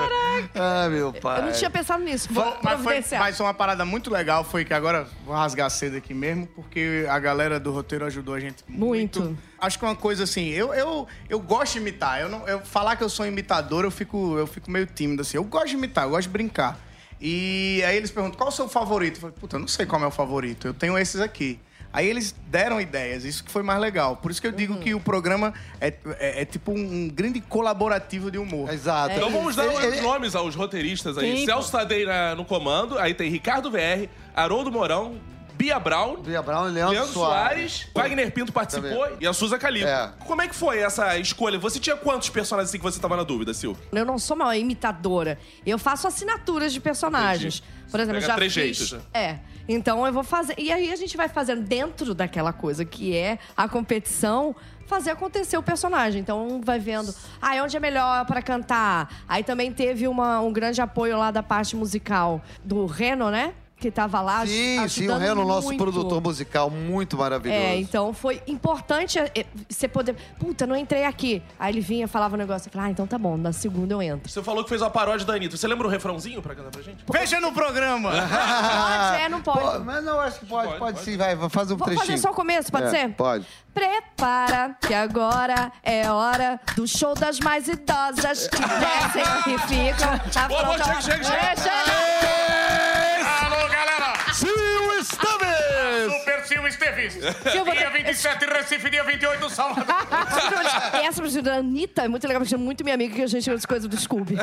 Speaker 2: Ah, meu pai.
Speaker 4: Eu não tinha pensado nisso. Vou
Speaker 6: Foi- Mas, foi,
Speaker 4: providenciar.
Speaker 6: mas uma parada muito legal foi que agora vou rasgar cedo aqui mesmo, porque a galera do roteiro ajudou a gente muito.
Speaker 4: Muito.
Speaker 6: Acho que é uma coisa assim, eu, eu, eu gosto de imitar. Eu não, eu falar que eu sou um imitador, eu fico, eu fico meio tímido assim. Eu gosto de imitar, eu gosto de brincar. E aí eles perguntam qual o seu favorito. Eu falei, puta, eu não sei qual é o meu favorito. Eu tenho esses aqui. Aí eles deram ideias, isso que foi mais legal. Por isso que eu
Speaker 4: Uhum.
Speaker 6: digo que o programa é, é- é tipo um grande colaborativo de humor.
Speaker 4: É
Speaker 2: Exato.
Speaker 1: Então vamos dar
Speaker 2: É Ele-
Speaker 1: os
Speaker 2: ele-
Speaker 1: nomes aos roteiristas aí.
Speaker 5: Sim.
Speaker 1: Celso Tadei na- no comando, aí tem Ricardo VR, Haroldo Mourão, Bia Brown,
Speaker 2: Bia Brown e Leandro,
Speaker 1: Leandro Soares, Wagner Pinto participou
Speaker 2: Também.
Speaker 1: e a Suza Calico.
Speaker 2: É.
Speaker 1: Como é que foi essa escolha? Você tinha quantos personagens assim que você tava na dúvida, Sil?
Speaker 4: Eu não sou uma imitadora. Eu faço assinaturas de personagens.
Speaker 1: Entendi.
Speaker 4: Por exemplo, eu
Speaker 1: Pega
Speaker 4: já fiz...
Speaker 1: trejeitos, né?
Speaker 4: É. Então eu vou fazer. E aí a gente vai fazendo dentro daquela coisa que é a competição. Fazer acontecer o personagem. Então, um vai vendo. Ah, onde é melhor pra cantar? Aí também teve uma- um grande apoio lá da parte musical do Reno, né? Que tava lá.
Speaker 2: Sim,
Speaker 4: aj-
Speaker 2: sim, o
Speaker 4: ajudando
Speaker 2: Reno, nosso
Speaker 4: muito.
Speaker 2: produtor musical, muito maravilhoso.
Speaker 4: É, então foi importante é, é, você poder. Puta, não entrei aqui. Aí ele vinha, falava o negócio. Eu falava, ah, então tá bom, na segunda eu entro.
Speaker 1: Você falou que fez uma paródia da Anitta. Você lembra o refrãozinho pra cantar pra gente?
Speaker 6: Veja no programa!
Speaker 4: Pode, é, não pode.
Speaker 2: Pô, mas não, acho que Ah, pode,
Speaker 1: Pode,
Speaker 2: pode,
Speaker 1: pode.
Speaker 2: sim, vai, faz um
Speaker 4: Vamos
Speaker 2: trechinho.
Speaker 4: fazer só o começo, pode
Speaker 2: É,
Speaker 4: ser?
Speaker 2: Pode.
Speaker 4: Prepara, que agora é hora do show das mais idosas que descem e ficam.
Speaker 1: Boa, boa, chega, chega, chega.
Speaker 4: É,
Speaker 7: Alô, galera!
Speaker 2: Sil Esteves!
Speaker 7: Super Sil Esteves.
Speaker 4: vou
Speaker 7: Dia
Speaker 4: ter-
Speaker 7: 27 em Recife, dia 28 no Salvador.
Speaker 4: chega. Essa da Anitta é muito legal, porque é muito minha amiga que a gente usa as coisas do Scooby.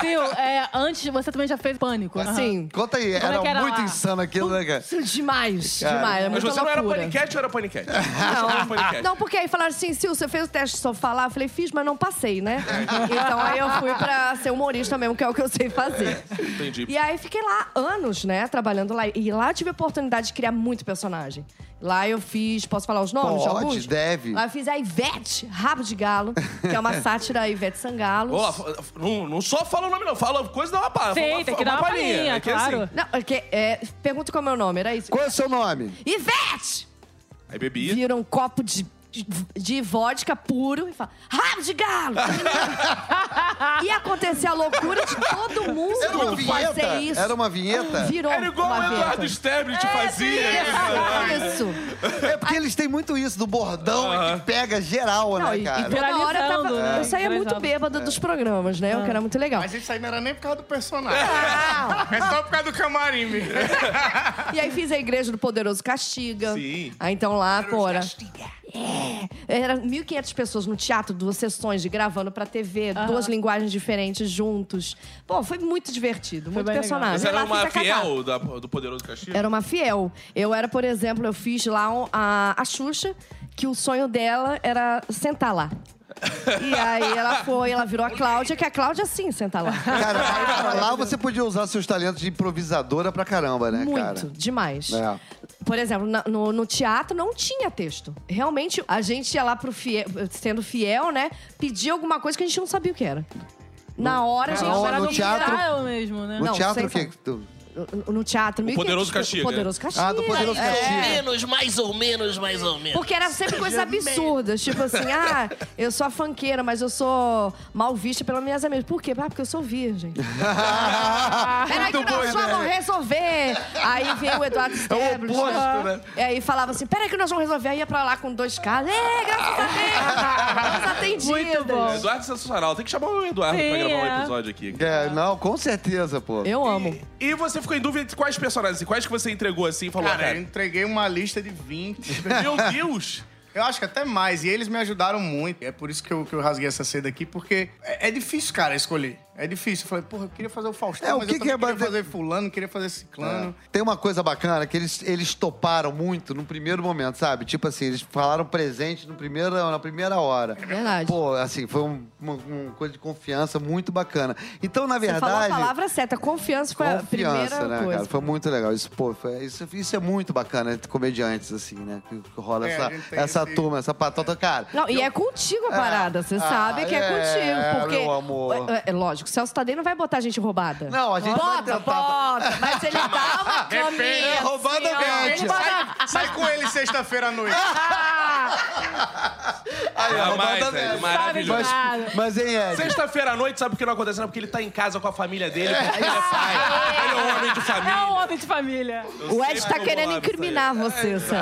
Speaker 5: Sil, é, antes você também já fez pânico. Aham.
Speaker 4: Assim,
Speaker 2: Conta aí,
Speaker 5: Como é
Speaker 2: era,
Speaker 5: que era
Speaker 2: muito
Speaker 5: lá?
Speaker 2: insano aquilo, né, cara?
Speaker 4: demais,
Speaker 2: Cara,
Speaker 4: demais. É
Speaker 1: Mas
Speaker 4: muita
Speaker 1: você não era
Speaker 4: loucura.
Speaker 1: paniquete ou era paniquete? Você era
Speaker 4: Não.
Speaker 1: paniquete.
Speaker 4: não, porque aí falaram assim, Sil, você fez o teste de sofá lá? Eu falei, fiz, mas não passei, né? Então aí eu fui pra ser humorista mesmo, que é o que eu sei fazer.
Speaker 1: Entendi.
Speaker 4: E aí fiquei lá anos, né, trabalhando lá. E lá eu tive a oportunidade de criar muito personagem. Lá eu fiz, posso falar os nomes? de
Speaker 2: Pode,
Speaker 4: alguns?
Speaker 2: deve.
Speaker 4: Lá eu fiz a Ivete, Rabo de Galo, que é uma sátira a Ivete Sangalo.
Speaker 1: Ó, f- f- não, não só fala o nome, não. Fala coisa da uma palha.
Speaker 5: Sim,
Speaker 1: uma,
Speaker 5: tem que dar uma palhinha,
Speaker 1: É que assim,
Speaker 5: claro.
Speaker 4: Não, é que, é, pergunta qual é o meu nome, era isso.
Speaker 2: Qual é o seu nome?
Speaker 4: Ivete!
Speaker 1: Aí bebia.
Speaker 4: vira um copo de, de vodka puro e fala, rabo de galo! e acontecer a loucura de todo mundo
Speaker 2: Era uma
Speaker 4: fazer isso.
Speaker 2: vinheta? Era uma vinheta?
Speaker 4: Virou
Speaker 1: Era igual
Speaker 4: uma
Speaker 1: o Eduardo né?
Speaker 4: vinheta.
Speaker 1: Stebrit fazia.
Speaker 4: Isso.
Speaker 2: É porque eles têm muito isso do bordão que pega geral,
Speaker 4: Não,
Speaker 2: né,
Speaker 4: e, e
Speaker 2: cara?
Speaker 4: toda hora eu tava...
Speaker 5: Viralizando, né?
Speaker 4: Eu saía muito
Speaker 5: Viralizando.
Speaker 4: bêbada dos programas, né? O que era muito legal.
Speaker 6: Mas isso aí não era nem por causa do personagem. É só por causa do camarim, bicho.
Speaker 4: E aí fiz a igreja do Poderoso Castiga.
Speaker 1: Sim.
Speaker 4: Aí então lá, pô, era... É. Era 1.500 pessoas no teatro, duas sessões de gravando pra TV, duas linguagens diferentes juntos. Pô, foi muito divertido, muito
Speaker 5: bem legal.
Speaker 4: personagem.
Speaker 1: Você era
Speaker 4: Lá fiz
Speaker 1: uma
Speaker 4: a cacá.
Speaker 1: fiel é da- do Poderoso Castigo?
Speaker 4: Era uma fiel. Eu era, por exemplo, eu fiz lá um- a, a Xuxa, que o sonho dela era sentar lá. E aí ela foi, ela virou a Cláudia, que a Cláudia sim senta lá.
Speaker 2: Cara, lá- lá você podia usar seus talentos de improvisadora pra caramba, né,
Speaker 4: Muito,
Speaker 2: cara?
Speaker 4: demais.
Speaker 2: É.
Speaker 4: Por exemplo, na- no, no teatro não tinha texto. Realmente, a gente ia lá pro fiel, sendo fiel, né? Pedir alguma coisa que a gente não sabia o que era. Na hora, a gente
Speaker 2: hora,
Speaker 4: era
Speaker 2: no
Speaker 4: domingo,
Speaker 2: teatro-
Speaker 4: era-
Speaker 5: Ah, eu mesmo, né?
Speaker 2: No
Speaker 4: Não,
Speaker 2: teatro
Speaker 4: sem
Speaker 2: o quê?
Speaker 4: falar. no- No teatro, meio que-
Speaker 1: Poderoso Castiga.
Speaker 4: O Poderoso Castiga.
Speaker 2: Ah, do Poderoso
Speaker 4: É.
Speaker 2: Castigo.
Speaker 9: menos, mais ou menos, mais ou menos.
Speaker 4: Porque era sempre coisas absurdas. Tipo assim, ah, eu sou a fanqueira, mas eu sou mal vista pelas minhas amigas. Por quê? Ah, porque eu sou virgem. Peraí que nós vamos
Speaker 2: né?
Speaker 4: resolver. Aí veio o Eduardo Stebros.
Speaker 2: É oposto, né?
Speaker 4: E aí falava assim, peraí que nós vamos resolver. Aí ia pra lá com dois caras. É, graças a Deus. Nós
Speaker 5: Muito
Speaker 4: atendidas.
Speaker 5: bom.
Speaker 1: Eduardo Sensacional. Tem que chamar o Eduardo
Speaker 5: Sim,
Speaker 1: pra gravar um
Speaker 5: é.
Speaker 1: episódio aqui.
Speaker 2: É, não, com certeza, pô.
Speaker 4: Eu amo.
Speaker 1: E você ficou em dúvida entre quais personagens e quais que você entregou assim e falou,
Speaker 6: Cara, eu
Speaker 1: cara.
Speaker 6: entreguei uma lista de 20.
Speaker 1: Meu Deus!
Speaker 6: Eu acho que até mais. E eles me ajudaram muito. É por isso que eu, que eu rasguei essa seda aqui, porque é, é difícil, cara, escolher. É difícil. Eu falei, porra, eu queria fazer o Faustão,
Speaker 2: É, o
Speaker 6: mas
Speaker 2: que
Speaker 6: eu
Speaker 2: que é
Speaker 6: também queria
Speaker 2: bater-
Speaker 6: fazer fulano, queria fazer ciclano.
Speaker 2: É. Tem uma coisa bacana que eles, eles toparam muito no primeiro momento, sabe? Tipo assim, eles falaram presente no primeiro, na primeira hora. É
Speaker 4: verdade.
Speaker 2: Pô, assim, foi um- uma, uma coisa de confiança muito bacana. Então, na
Speaker 4: Você
Speaker 2: verdade.
Speaker 4: falou a palavra certa. Confiança foi é a primeira
Speaker 2: né,
Speaker 4: coisa.
Speaker 2: cara? Foi muito legal. Isso, pô, foi- isso, isso é muito bacana entre comediantes, assim, né? Que que rola
Speaker 6: É, a
Speaker 2: essa,
Speaker 6: gente tem
Speaker 2: essa
Speaker 6: esse-
Speaker 2: turma, essa patota. Cara,
Speaker 4: Não, e é contigo a parada, você
Speaker 2: ah,
Speaker 4: sabe que é,
Speaker 2: é,
Speaker 4: contigo. Porque,
Speaker 2: meu amor.
Speaker 4: É, é lógico, o Celso Tadei não vai botar gente roubada.
Speaker 2: Não, a gente vai
Speaker 4: Bota,
Speaker 2: tentar-
Speaker 4: bota, mas ele dá uma
Speaker 7: Depende.
Speaker 4: caminha.
Speaker 7: É
Speaker 2: roubada
Speaker 4: assim, ó.
Speaker 2: mesmo.
Speaker 4: Ele bota-
Speaker 2: É.
Speaker 6: Sai com ele sexta-feira à noite.
Speaker 2: Ah, Aí, ó,
Speaker 1: Jamais,
Speaker 2: roubada
Speaker 1: velho,
Speaker 2: mesmo.
Speaker 1: maravilhoso.
Speaker 2: mas, mas, hein, Ed?
Speaker 1: Sexta-feira à noite, sabe por que não acontece? Não, porque ele tá em casa com a família dele, porque ele é pai. Ele é um homem de
Speaker 5: É um
Speaker 1: família.
Speaker 5: homem de família.
Speaker 4: o Ed
Speaker 1: sempre
Speaker 4: tá
Speaker 1: vou
Speaker 4: querendo
Speaker 1: lá,
Speaker 4: incriminar você, Celso.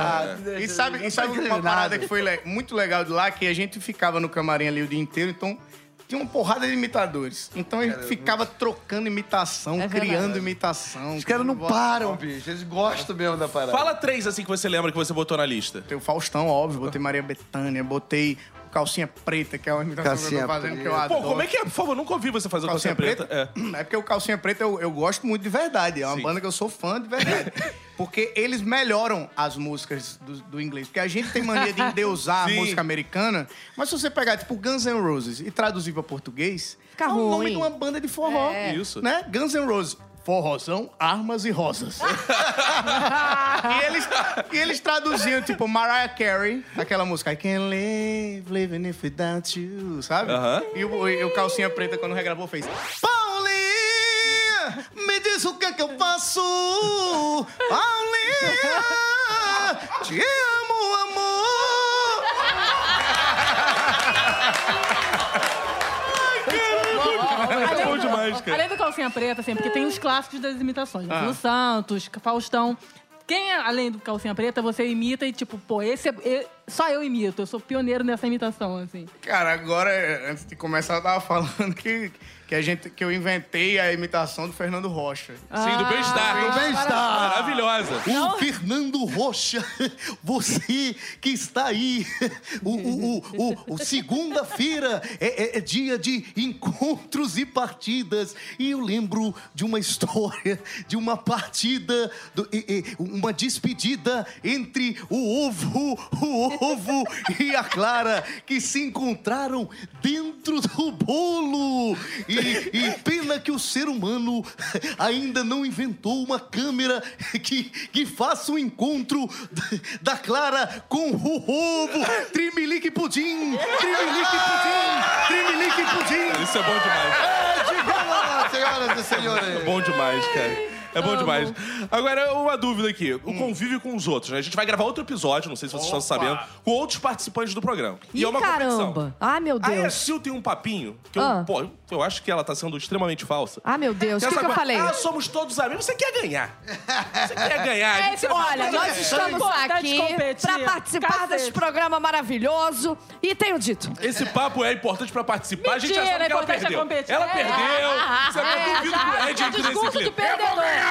Speaker 6: E sabe, e sabe uma
Speaker 2: acredito
Speaker 6: parada
Speaker 2: nada.
Speaker 6: que foi le- muito legal de lá? Que a gente ficava no camarim ali o dia inteiro, então tinha uma porrada de imitadores. Então a gente ficava trocando imitação,
Speaker 4: É verdade.
Speaker 6: criando imitação.
Speaker 2: Os caras não param, bicho. Eles gostam mesmo da parada.
Speaker 1: Fala três assim que você lembra que você botou na lista.
Speaker 6: Botei o Faustão, óbvio, botei Maria Bethânia, botei o Calcinha Preta, que é uma imitação que eu
Speaker 2: Calcinha
Speaker 6: tô fazendo, que eu
Speaker 2: Preta.
Speaker 6: adoro.
Speaker 1: Pô, como é que é? Por favor, nunca ouvi você fazer
Speaker 6: Calcinha,
Speaker 1: calcinha, preta.
Speaker 6: Preta? É. porque o Calcinha Preta eu, eu gosto muito de verdade. É uma
Speaker 1: Sim.
Speaker 6: banda que eu sou fã de verdade. Porque eles melhoram as músicas do, do inglês. Porque a gente tem mania de endeusar a
Speaker 1: Sim.
Speaker 6: música americana. Mas se você pegar, tipo, Guns N' Roses e traduzir pra português,
Speaker 4: Fica
Speaker 6: é o nome
Speaker 4: ruim.
Speaker 6: de uma banda de forró.
Speaker 1: É. Isso.
Speaker 6: Né? Guns N' Roses. Forrozão, armas e rosas. e, eles, e eles traduziam, tipo, Mariah Carey, aquela música I can't live, living if without you, sabe?
Speaker 1: Aham.
Speaker 6: E o, e o Calcinha Preta, quando regravou, fez... Paulinha, me diz o que é que eu faço. Paulinha, te amo, amor.
Speaker 5: Além
Speaker 1: bom
Speaker 5: do-
Speaker 1: demais, cara.
Speaker 5: Além do Calcinha Preta, assim, porque tem os clássicos das imitações.
Speaker 1: Ah.
Speaker 5: né? Lu Santos, Faustão. Quem, é, além do Calcinha Preta, você imita e tipo, pô, esse é... eu- Só eu imito, eu sou pioneiro nessa imitação, assim.
Speaker 6: Cara, agora, é, antes de começar, eu tava falando que, que, a gente, que eu inventei a imitação do Fernando Rocha.
Speaker 1: É. Sim, do bem-estar.
Speaker 2: Do bem-estar.
Speaker 1: Maravilhosa.
Speaker 10: O Fernando Rocha, você que está aí, o, o- o- o- o- segunda-feira é, é- é dia de encontros e partidas. E eu lembro de uma história, de uma partida, do- e- e- uma despedida entre o ovo, o ovo e a Clara, que se encontraram dentro do bolo. E, e pena que o ser humano ainda não inventou uma câmera que, que faça o encontro da Clara com o ovo. Trimelique pudim! Trimelique pudim! Trimelique pudim!
Speaker 1: Isso é bom demais.
Speaker 2: Fala, senhoras e
Speaker 1: É
Speaker 2: senhores.
Speaker 1: bom demais, cara. É bom demais. Agora, uma dúvida aqui. O
Speaker 4: Hum.
Speaker 1: convívio com os outros, né? A gente vai gravar outro episódio, não sei se vocês estão sabendo, com outros participantes do programa.
Speaker 4: Ih,
Speaker 1: é uma competição.
Speaker 4: caramba. Ah, meu
Speaker 1: A Era
Speaker 4: Deus.
Speaker 1: Sil tem um papinho que eu,
Speaker 4: Ah.
Speaker 1: pô, eu acho que ela tá sendo extremamente falsa.
Speaker 4: Ah, meu Deus. O
Speaker 1: Essa
Speaker 4: que, que
Speaker 1: coisa,
Speaker 4: eu falei?
Speaker 1: Ah, somos todos amigos. Você quer ganhar. Você quer ganhar. a gente
Speaker 5: esse-
Speaker 1: sabe-
Speaker 4: É, Olha, nós estamos
Speaker 5: importante
Speaker 4: aqui
Speaker 5: competir.
Speaker 4: pra participar
Speaker 5: Cacete.
Speaker 4: desse programa maravilhoso. E tenho dito.
Speaker 1: Esse papo é importante pra participar. a gente já
Speaker 5: Mentira,
Speaker 1: sabe que ela
Speaker 5: importante é
Speaker 1: perdeu.
Speaker 5: competir.
Speaker 1: Ela
Speaker 5: É.
Speaker 1: perdeu. Você não
Speaker 5: É,
Speaker 1: Tá, duvido que o
Speaker 5: sabe?
Speaker 1: Ed entre nesse
Speaker 5: Discurso de
Speaker 1: clipe.
Speaker 5: perdedor.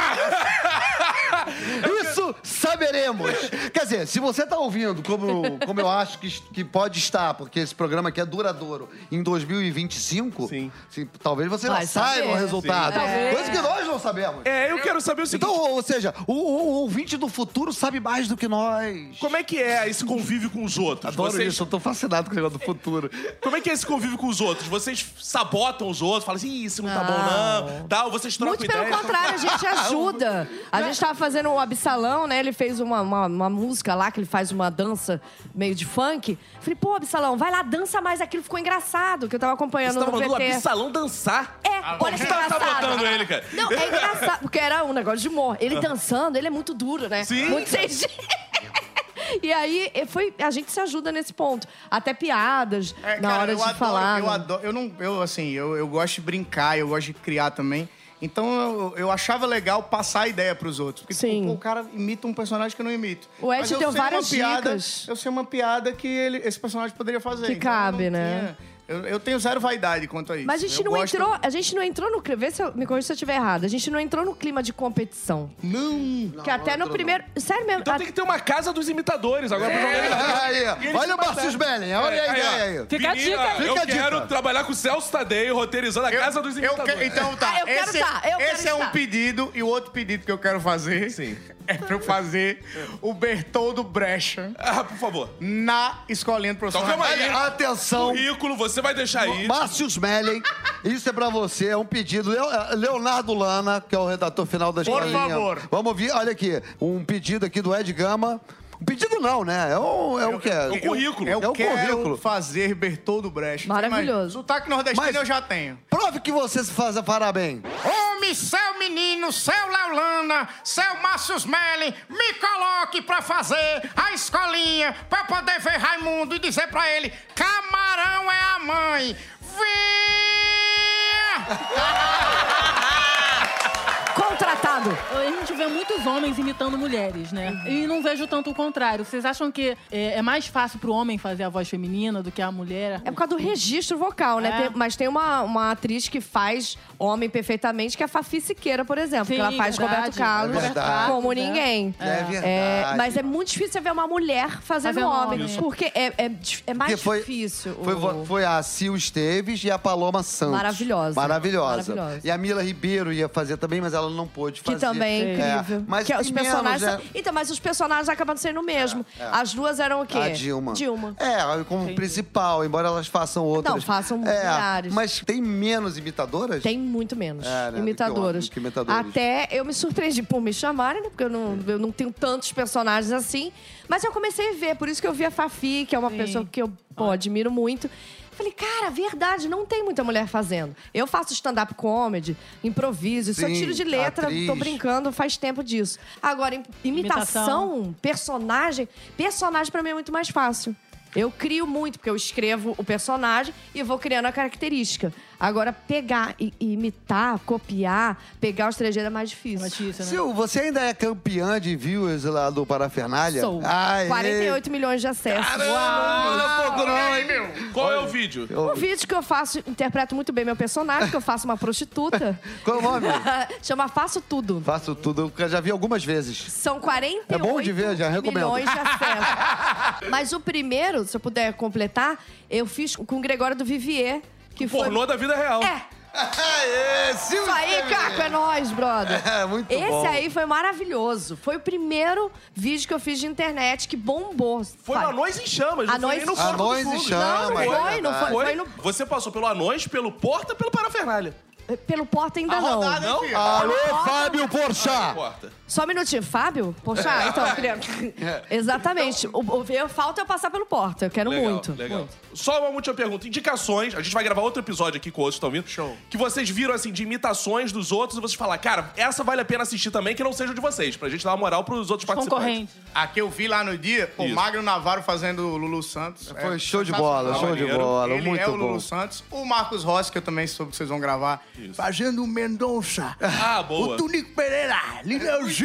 Speaker 2: Isso saberemos. Quer dizer, se você tá ouvindo, como, como eu acho que, que pode estar, porque esse programa aqui é duradouro, em 2025,
Speaker 1: Sim.
Speaker 2: se- talvez você
Speaker 4: Vai
Speaker 2: não saiba
Speaker 4: saber.
Speaker 2: o resultado.
Speaker 4: Sim. É.
Speaker 2: Coisa que nós não sabemos.
Speaker 1: É, eu quero saber o seguinte.
Speaker 2: Então, ou seja, o, o- o ouvinte do futuro sabe mais do que nós.
Speaker 1: Como é que é esse convívio com os outros?
Speaker 2: Adoro
Speaker 1: Vocês-
Speaker 2: isso, eu tô fascinado com o negócio do futuro.
Speaker 1: Como é que é esse convívio com os outros? Vocês sabotam os outros, falam assim, "Ih, isso não, tá bom não, tal, vocês trocam
Speaker 4: Muito
Speaker 1: ideia.
Speaker 4: pelo contrário, a gente ajuda. A gente tava fazendo o Absalão, né? Ele fez uma, uma, uma música lá, que ele faz uma dança meio de funk. Falei, pô, Absalão, vai lá, dança mais. Aquilo ficou engraçado, que eu tava acompanhando
Speaker 1: Você tava
Speaker 4: no
Speaker 1: mandando o
Speaker 4: VT.
Speaker 1: Absalão dançar.
Speaker 4: É, olha que
Speaker 1: Você tava
Speaker 4: engraçado.
Speaker 1: sabotando ele, cara. Ah.
Speaker 4: Não, é engraçado, porque era um negócio de humor. Ele dançando, ele é muito duro, né?
Speaker 1: Sim.
Speaker 4: Muito sem jeito. E aí, eh, foi, a gente se ajuda nesse ponto. Até piadas,
Speaker 6: É,
Speaker 4: na
Speaker 6: cara,
Speaker 4: hora
Speaker 6: eu
Speaker 4: de
Speaker 6: adoro,
Speaker 4: falar.
Speaker 6: Eu
Speaker 4: né?
Speaker 6: adoro. Eu não. Eu, assim, eu, eu gosto de brincar, eu gosto de criar também. Então eu, eu achava legal passar a ideia pros outros. Porque
Speaker 4: Sim.
Speaker 6: tipo, pô, o cara imita um personagem que eu não imito.
Speaker 4: O Ed
Speaker 6: Mas eu
Speaker 4: deu
Speaker 6: sei uma
Speaker 4: várias
Speaker 6: piada,
Speaker 4: dicas.
Speaker 6: Eu sei uma piada que ele- esse personagem poderia fazer.
Speaker 4: Que
Speaker 6: Então, eu não
Speaker 4: cabe, né?
Speaker 6: tinha- eu Eu, eu tenho zero vaidade quanto a isso.
Speaker 4: Mas a gente,
Speaker 6: Eu
Speaker 4: não
Speaker 6: gosto-
Speaker 4: entrou, a gente não entrou no clima. Vê se eu, me corrija se eu estiver errado. A gente não entrou no clima de competição.
Speaker 10: Não!
Speaker 4: que até no primeiro. Sério mesmo? é
Speaker 1: Então
Speaker 4: a-
Speaker 1: tem que ter uma casa dos imitadores agora pra jogar.
Speaker 2: Aí,
Speaker 1: E eles
Speaker 2: olha o
Speaker 1: se
Speaker 2: Marcos
Speaker 1: mataram.
Speaker 2: Belling, olha a
Speaker 1: ó.
Speaker 2: ideia É, aí.
Speaker 5: Fica a dica,
Speaker 1: Menina,
Speaker 5: hein?
Speaker 1: Eu
Speaker 2: Fica a dica.
Speaker 1: quero trabalhar com o Celso Tadei roteirizando a
Speaker 6: Eu-
Speaker 1: casa dos
Speaker 6: eu
Speaker 1: imitadores.
Speaker 6: que- então tá,
Speaker 4: Ah, eu quero
Speaker 6: esse,
Speaker 4: tá, eu quero
Speaker 6: esse é um
Speaker 4: estar.
Speaker 6: pedido e o outro pedido que eu quero fazer
Speaker 1: Sim.
Speaker 6: é pra eu fazer o Bertoldo Brecha
Speaker 1: Ah, por favor.
Speaker 6: na escolinha do professor.
Speaker 1: Então, calma aí.
Speaker 6: Raimundo.
Speaker 2: Atenção,
Speaker 1: Currículo, você vai deixar aí.
Speaker 2: Márcio Smelling, isso é pra você, é um pedido. Leo- eh, Leonardo Lana, que é o redator final da
Speaker 6: Por
Speaker 2: Escolinha.
Speaker 6: favor.
Speaker 2: Vamos ouvir, olha aqui, um pedido aqui do Ed Gama. Um pedido não, né? É o, é o que é.
Speaker 1: eu- eu- currículo.
Speaker 6: Eu
Speaker 2: É o
Speaker 6: quero
Speaker 2: currículo.
Speaker 6: fazer Bertoldo Brecht.
Speaker 4: Maravilhoso.
Speaker 6: Sotaque nordestino
Speaker 2: Mas-
Speaker 6: eu já tenho.
Speaker 2: Prove que você se faz a parabéns.
Speaker 7: Homem, seu menino, seu Laulana, seu Márcio Smelling, me coloque pra fazer a escolinha pra eu poder ver Raimundo e dizer pra ele: camarão é a mãe. Vem!
Speaker 4: Contratado.
Speaker 5: A gente vê muitos homens imitando mulheres, né? E não vejo tanto o contrário. Vocês acham que é, é mais fácil pro homem fazer a voz feminina do que a mulher?
Speaker 4: É por causa do registro vocal, né?
Speaker 5: É.
Speaker 4: Tem- mas tem uma, uma atriz que faz homem perfeitamente, que é a Fafi Siqueira, por exemplo.
Speaker 5: Sim,
Speaker 4: que ela faz
Speaker 5: verdade.
Speaker 4: Roberto Carlos
Speaker 2: É verdade.
Speaker 4: como
Speaker 5: Né?
Speaker 4: ninguém.
Speaker 2: É verdade.
Speaker 4: mas é muito difícil você ver uma mulher fazendo
Speaker 5: Fazendo
Speaker 4: homem.
Speaker 5: um homem.
Speaker 4: Porque é, é, dif- é mais
Speaker 2: Porque foi-
Speaker 4: difícil.
Speaker 2: Foi,
Speaker 4: o-
Speaker 2: vo- foi a Sil Esteves e a Paloma Santos.
Speaker 4: Maravilhosa.
Speaker 2: Maravilhosa.
Speaker 4: Maravilhosa.
Speaker 2: E a Mila Ribeiro ia fazer também, mas ela não pôde
Speaker 4: Que
Speaker 2: fazer.
Speaker 4: também é
Speaker 2: É,
Speaker 4: incrível.
Speaker 2: Mas
Speaker 4: que
Speaker 2: tem
Speaker 4: os
Speaker 2: menos,
Speaker 4: personagens. são-
Speaker 2: né? É,
Speaker 4: Então, mas os personagens acabam sendo o mesmo. As duas eram o quê?
Speaker 2: A Dilma.
Speaker 4: Dilma.
Speaker 2: É, como principal, embora elas façam outras.
Speaker 4: Não, façam
Speaker 2: é,
Speaker 4: milhares.
Speaker 2: Mas tem menos imitadoras?
Speaker 4: Tem muito menos
Speaker 2: É, né, do que
Speaker 4: imitadoras.
Speaker 2: homens, que imitadores.
Speaker 4: Até eu me surpreendi por me chamarem, né? Porque eu não, eu não tenho tantos personagens assim. Mas eu comecei a ver, por isso que eu vi a Fafi, que é uma pessoa que eu pô, admiro muito. Falei, cara, verdade, não tem muita mulher fazendo. Eu faço stand-up comedy, improviso, isso eu
Speaker 2: Sim,
Speaker 4: tiro de letra,
Speaker 2: atriz.
Speaker 4: tô brincando, faz tempo disso. Agora, im- imitação, um personagem, personagem pra mim é muito mais fácil. Eu crio muito, porque eu escrevo o personagem e vou criando a característica. Agora, pegar e e imitar, copiar, pegar os trejeitos é mais difícil.
Speaker 5: É difícil, né?
Speaker 2: Sil, você ainda é campeã de views lá do Parafernália?
Speaker 4: Sou.
Speaker 2: Aê.
Speaker 4: 48 milhões de acessos.
Speaker 2: Olha um pouco não, hein?
Speaker 1: Qual é o vídeo?
Speaker 4: Um vídeo que eu faço, interpreto muito bem meu personagem, que eu faço uma prostituta.
Speaker 2: Qual é o nome?
Speaker 4: Chama Faço Tudo.
Speaker 2: Faço tudo, eu já vi algumas vezes.
Speaker 4: São 48
Speaker 2: É bom de ver, já recomendo.
Speaker 4: milhões de acessos. Mas o primeiro, se eu puder completar, eu fiz com o Gregório do Vivier, que foi...
Speaker 1: Pornô tá- da vida real.
Speaker 4: É,
Speaker 2: Aê, Sil
Speaker 4: isso aí, Caco, é nóis, brother.
Speaker 2: É, muito
Speaker 4: Esse
Speaker 2: bom.
Speaker 4: aí foi maravilhoso. Foi o primeiro vídeo que eu fiz de internet que bombou.
Speaker 1: Foi
Speaker 4: sabe?
Speaker 1: no Anões em Chamas. não foi
Speaker 4: Anões-
Speaker 1: nem no Porta do
Speaker 2: Anões em
Speaker 1: Fundo.
Speaker 2: Chamas,
Speaker 4: Não, não
Speaker 2: é
Speaker 4: foi, não foi.
Speaker 2: verdade.
Speaker 4: Foi
Speaker 1: Foi?
Speaker 4: no-
Speaker 1: Você passou pelo Anões, pelo Porta, pelo Parafernália.
Speaker 4: Pelo Porta ainda não.
Speaker 1: Não?
Speaker 2: Alô, Fábio Porchat!
Speaker 1: Porta.
Speaker 4: Só um minutinho. Fábio? Poxa, então, eu queria...
Speaker 2: É.
Speaker 4: Exatamente. O, o, eu- falta eu passar pelo Porta. Eu quero
Speaker 1: Então- Legal,
Speaker 4: muito.
Speaker 1: legal.
Speaker 4: muito.
Speaker 1: Só uma última pergunta. Indicações. A gente vai gravar outro episódio aqui com outros que estão vindo.
Speaker 6: Show.
Speaker 1: Que vocês viram, assim, de imitações dos outros e vocês falam, cara, essa vale a pena assistir também, que não seja de vocês, pra gente dar uma moral pros outros participantes.
Speaker 5: Concorrente.
Speaker 6: A que eu vi lá no dia, o
Speaker 1: Isso.
Speaker 6: Magno Navarro fazendo o Lulu Santos.
Speaker 2: Foi show de bola, show de
Speaker 1: maneiro.
Speaker 2: bola,
Speaker 6: É, Ele
Speaker 2: muito
Speaker 6: é o Lulu
Speaker 2: bom.
Speaker 6: Santos. O Marcos Rossi, que eu também soube que vocês vão gravar. Fazendo o Mendonça.
Speaker 1: Ah, boa.
Speaker 6: O Tunico Pereira. Lineuzinho,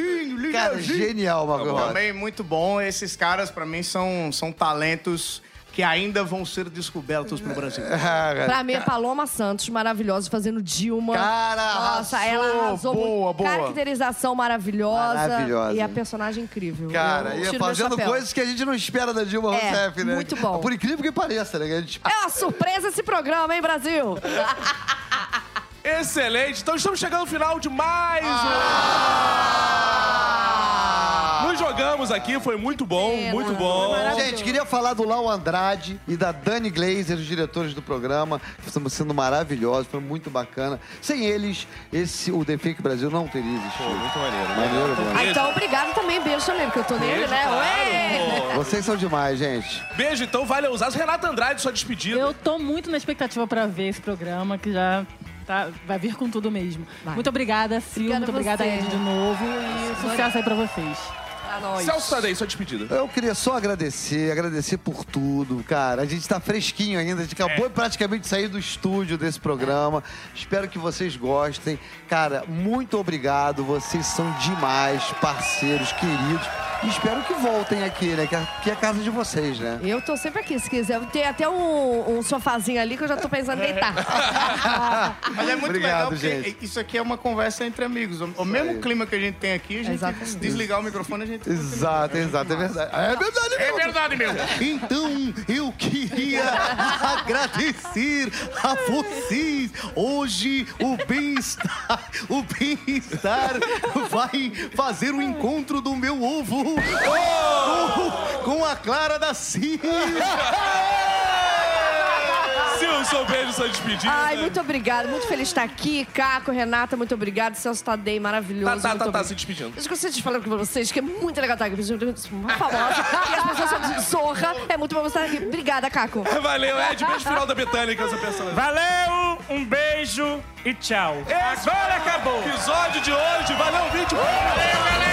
Speaker 2: Cara,
Speaker 6: Lineuzinho.
Speaker 2: genial, Margot Robbie.
Speaker 6: Também muito Tá bom. Esses caras, pra mim, são, são talentos que ainda vão ser descobertos no Brasil.
Speaker 2: Ah, cara.
Speaker 4: Pra mim, é Paloma Santos, maravilhosa, fazendo Dilma.
Speaker 2: Cara,
Speaker 4: Nossa,
Speaker 2: arrasou,
Speaker 4: ela arrasou
Speaker 2: boa,
Speaker 4: muito.
Speaker 2: boa.
Speaker 4: Caracterização maravilhosa.
Speaker 2: Maravilhosa.
Speaker 4: E a personagem incrível.
Speaker 2: Cara,
Speaker 4: Eu
Speaker 2: e
Speaker 4: tiro meu
Speaker 2: fazendo
Speaker 4: chapéu.
Speaker 2: coisas que a gente não espera da Dilma
Speaker 4: É,
Speaker 2: Rousseff, né?
Speaker 4: muito bom.
Speaker 2: Por incrível que pareça, né? Que A gente...
Speaker 4: É uma surpresa esse programa, hein, Brasil? Ah,
Speaker 1: Excelente. Então estamos chegando ao final de mais
Speaker 4: Ah!
Speaker 1: um... Nos jogamos aqui, foi muito bom, muito
Speaker 4: né?
Speaker 1: bom.
Speaker 2: Gente, queria falar do Lau Andrade e da Dani Glazer, os diretores do programa, que estão sendo maravilhosos, foi muito bacana. Sem eles, esse, o The Fake Brasil não teria existido. muito
Speaker 6: né?
Speaker 2: maneiro. Maneiro,
Speaker 4: Ah,
Speaker 2: mano.
Speaker 4: então, obrigado também. Beijo também, porque eu tô nele, né? Ué!
Speaker 1: Claro, pô.
Speaker 2: Vocês são demais, gente.
Speaker 1: Beijo, então, vale usar. Renata Andrade, sua despedida.
Speaker 5: Eu tô muito na expectativa pra ver esse programa, que já tá- vai vir com tudo mesmo.
Speaker 4: Vai.
Speaker 5: Muito obrigada, Sil.
Speaker 4: Obrigada
Speaker 5: muito
Speaker 4: a
Speaker 5: obrigada,
Speaker 4: você.
Speaker 5: Ed, de novo. E sucesso aí pra vocês.
Speaker 4: Pra nós.
Speaker 1: Celso Tadei, sua despedida.
Speaker 2: Eu queria só agradecer, agradecer por tudo, cara. A gente tá fresquinho ainda, a gente acabou praticamente de sair do estúdio desse programa. Espero que vocês gostem. Cara, muito obrigado, vocês são demais, parceiros, queridos.
Speaker 11: E espero que voltem aqui, né? Que é- que é a casa de vocês, né?
Speaker 4: Eu tô sempre aqui, se quiser. Tem até um, um sofazinho ali que eu já tô pensando em deitar.
Speaker 6: Mas é muito legal
Speaker 11: Obrigado,
Speaker 6: porque
Speaker 11: gente.
Speaker 6: isso aqui é uma conversa entre amigos. O, o mesmo clima que a gente tem aqui, a gente
Speaker 4: Exatamente.
Speaker 6: desligar o microfone, a gente.
Speaker 11: Exato, exato, é verdade. É verdade mesmo.
Speaker 6: verdade, meu!
Speaker 2: Então, eu queria agradecer a vocês. Hoje, o bem-estar, o bem-estar vai fazer o encontro do meu ovo com, com a Clara da Silva.
Speaker 1: Se eu souber essa despedida. Tá,
Speaker 4: Ai, muito obrigada. Muito feliz de estar aqui. Caco, Renata, muito obrigado. Celso Tadei, maravilhoso.
Speaker 1: Tá, tá,
Speaker 4: muito
Speaker 1: tá, tá
Speaker 4: obrigado.
Speaker 1: se despedindo.
Speaker 4: Eu esqueci de falar com vocês que é muito legal estar aqui. porque eu sou Uma famosa. e as pessoas são de zorra. É muito bom estar aqui. Obrigada, Caco.
Speaker 1: Valeu, Ed. Beijo final da Britânica, essa personagem.
Speaker 8: Valeu, um beijo e tchau.
Speaker 1: Esse
Speaker 8: Agora acabou.
Speaker 1: Episódio de hoje. Valeu, vídeo.
Speaker 8: Valeu, galera.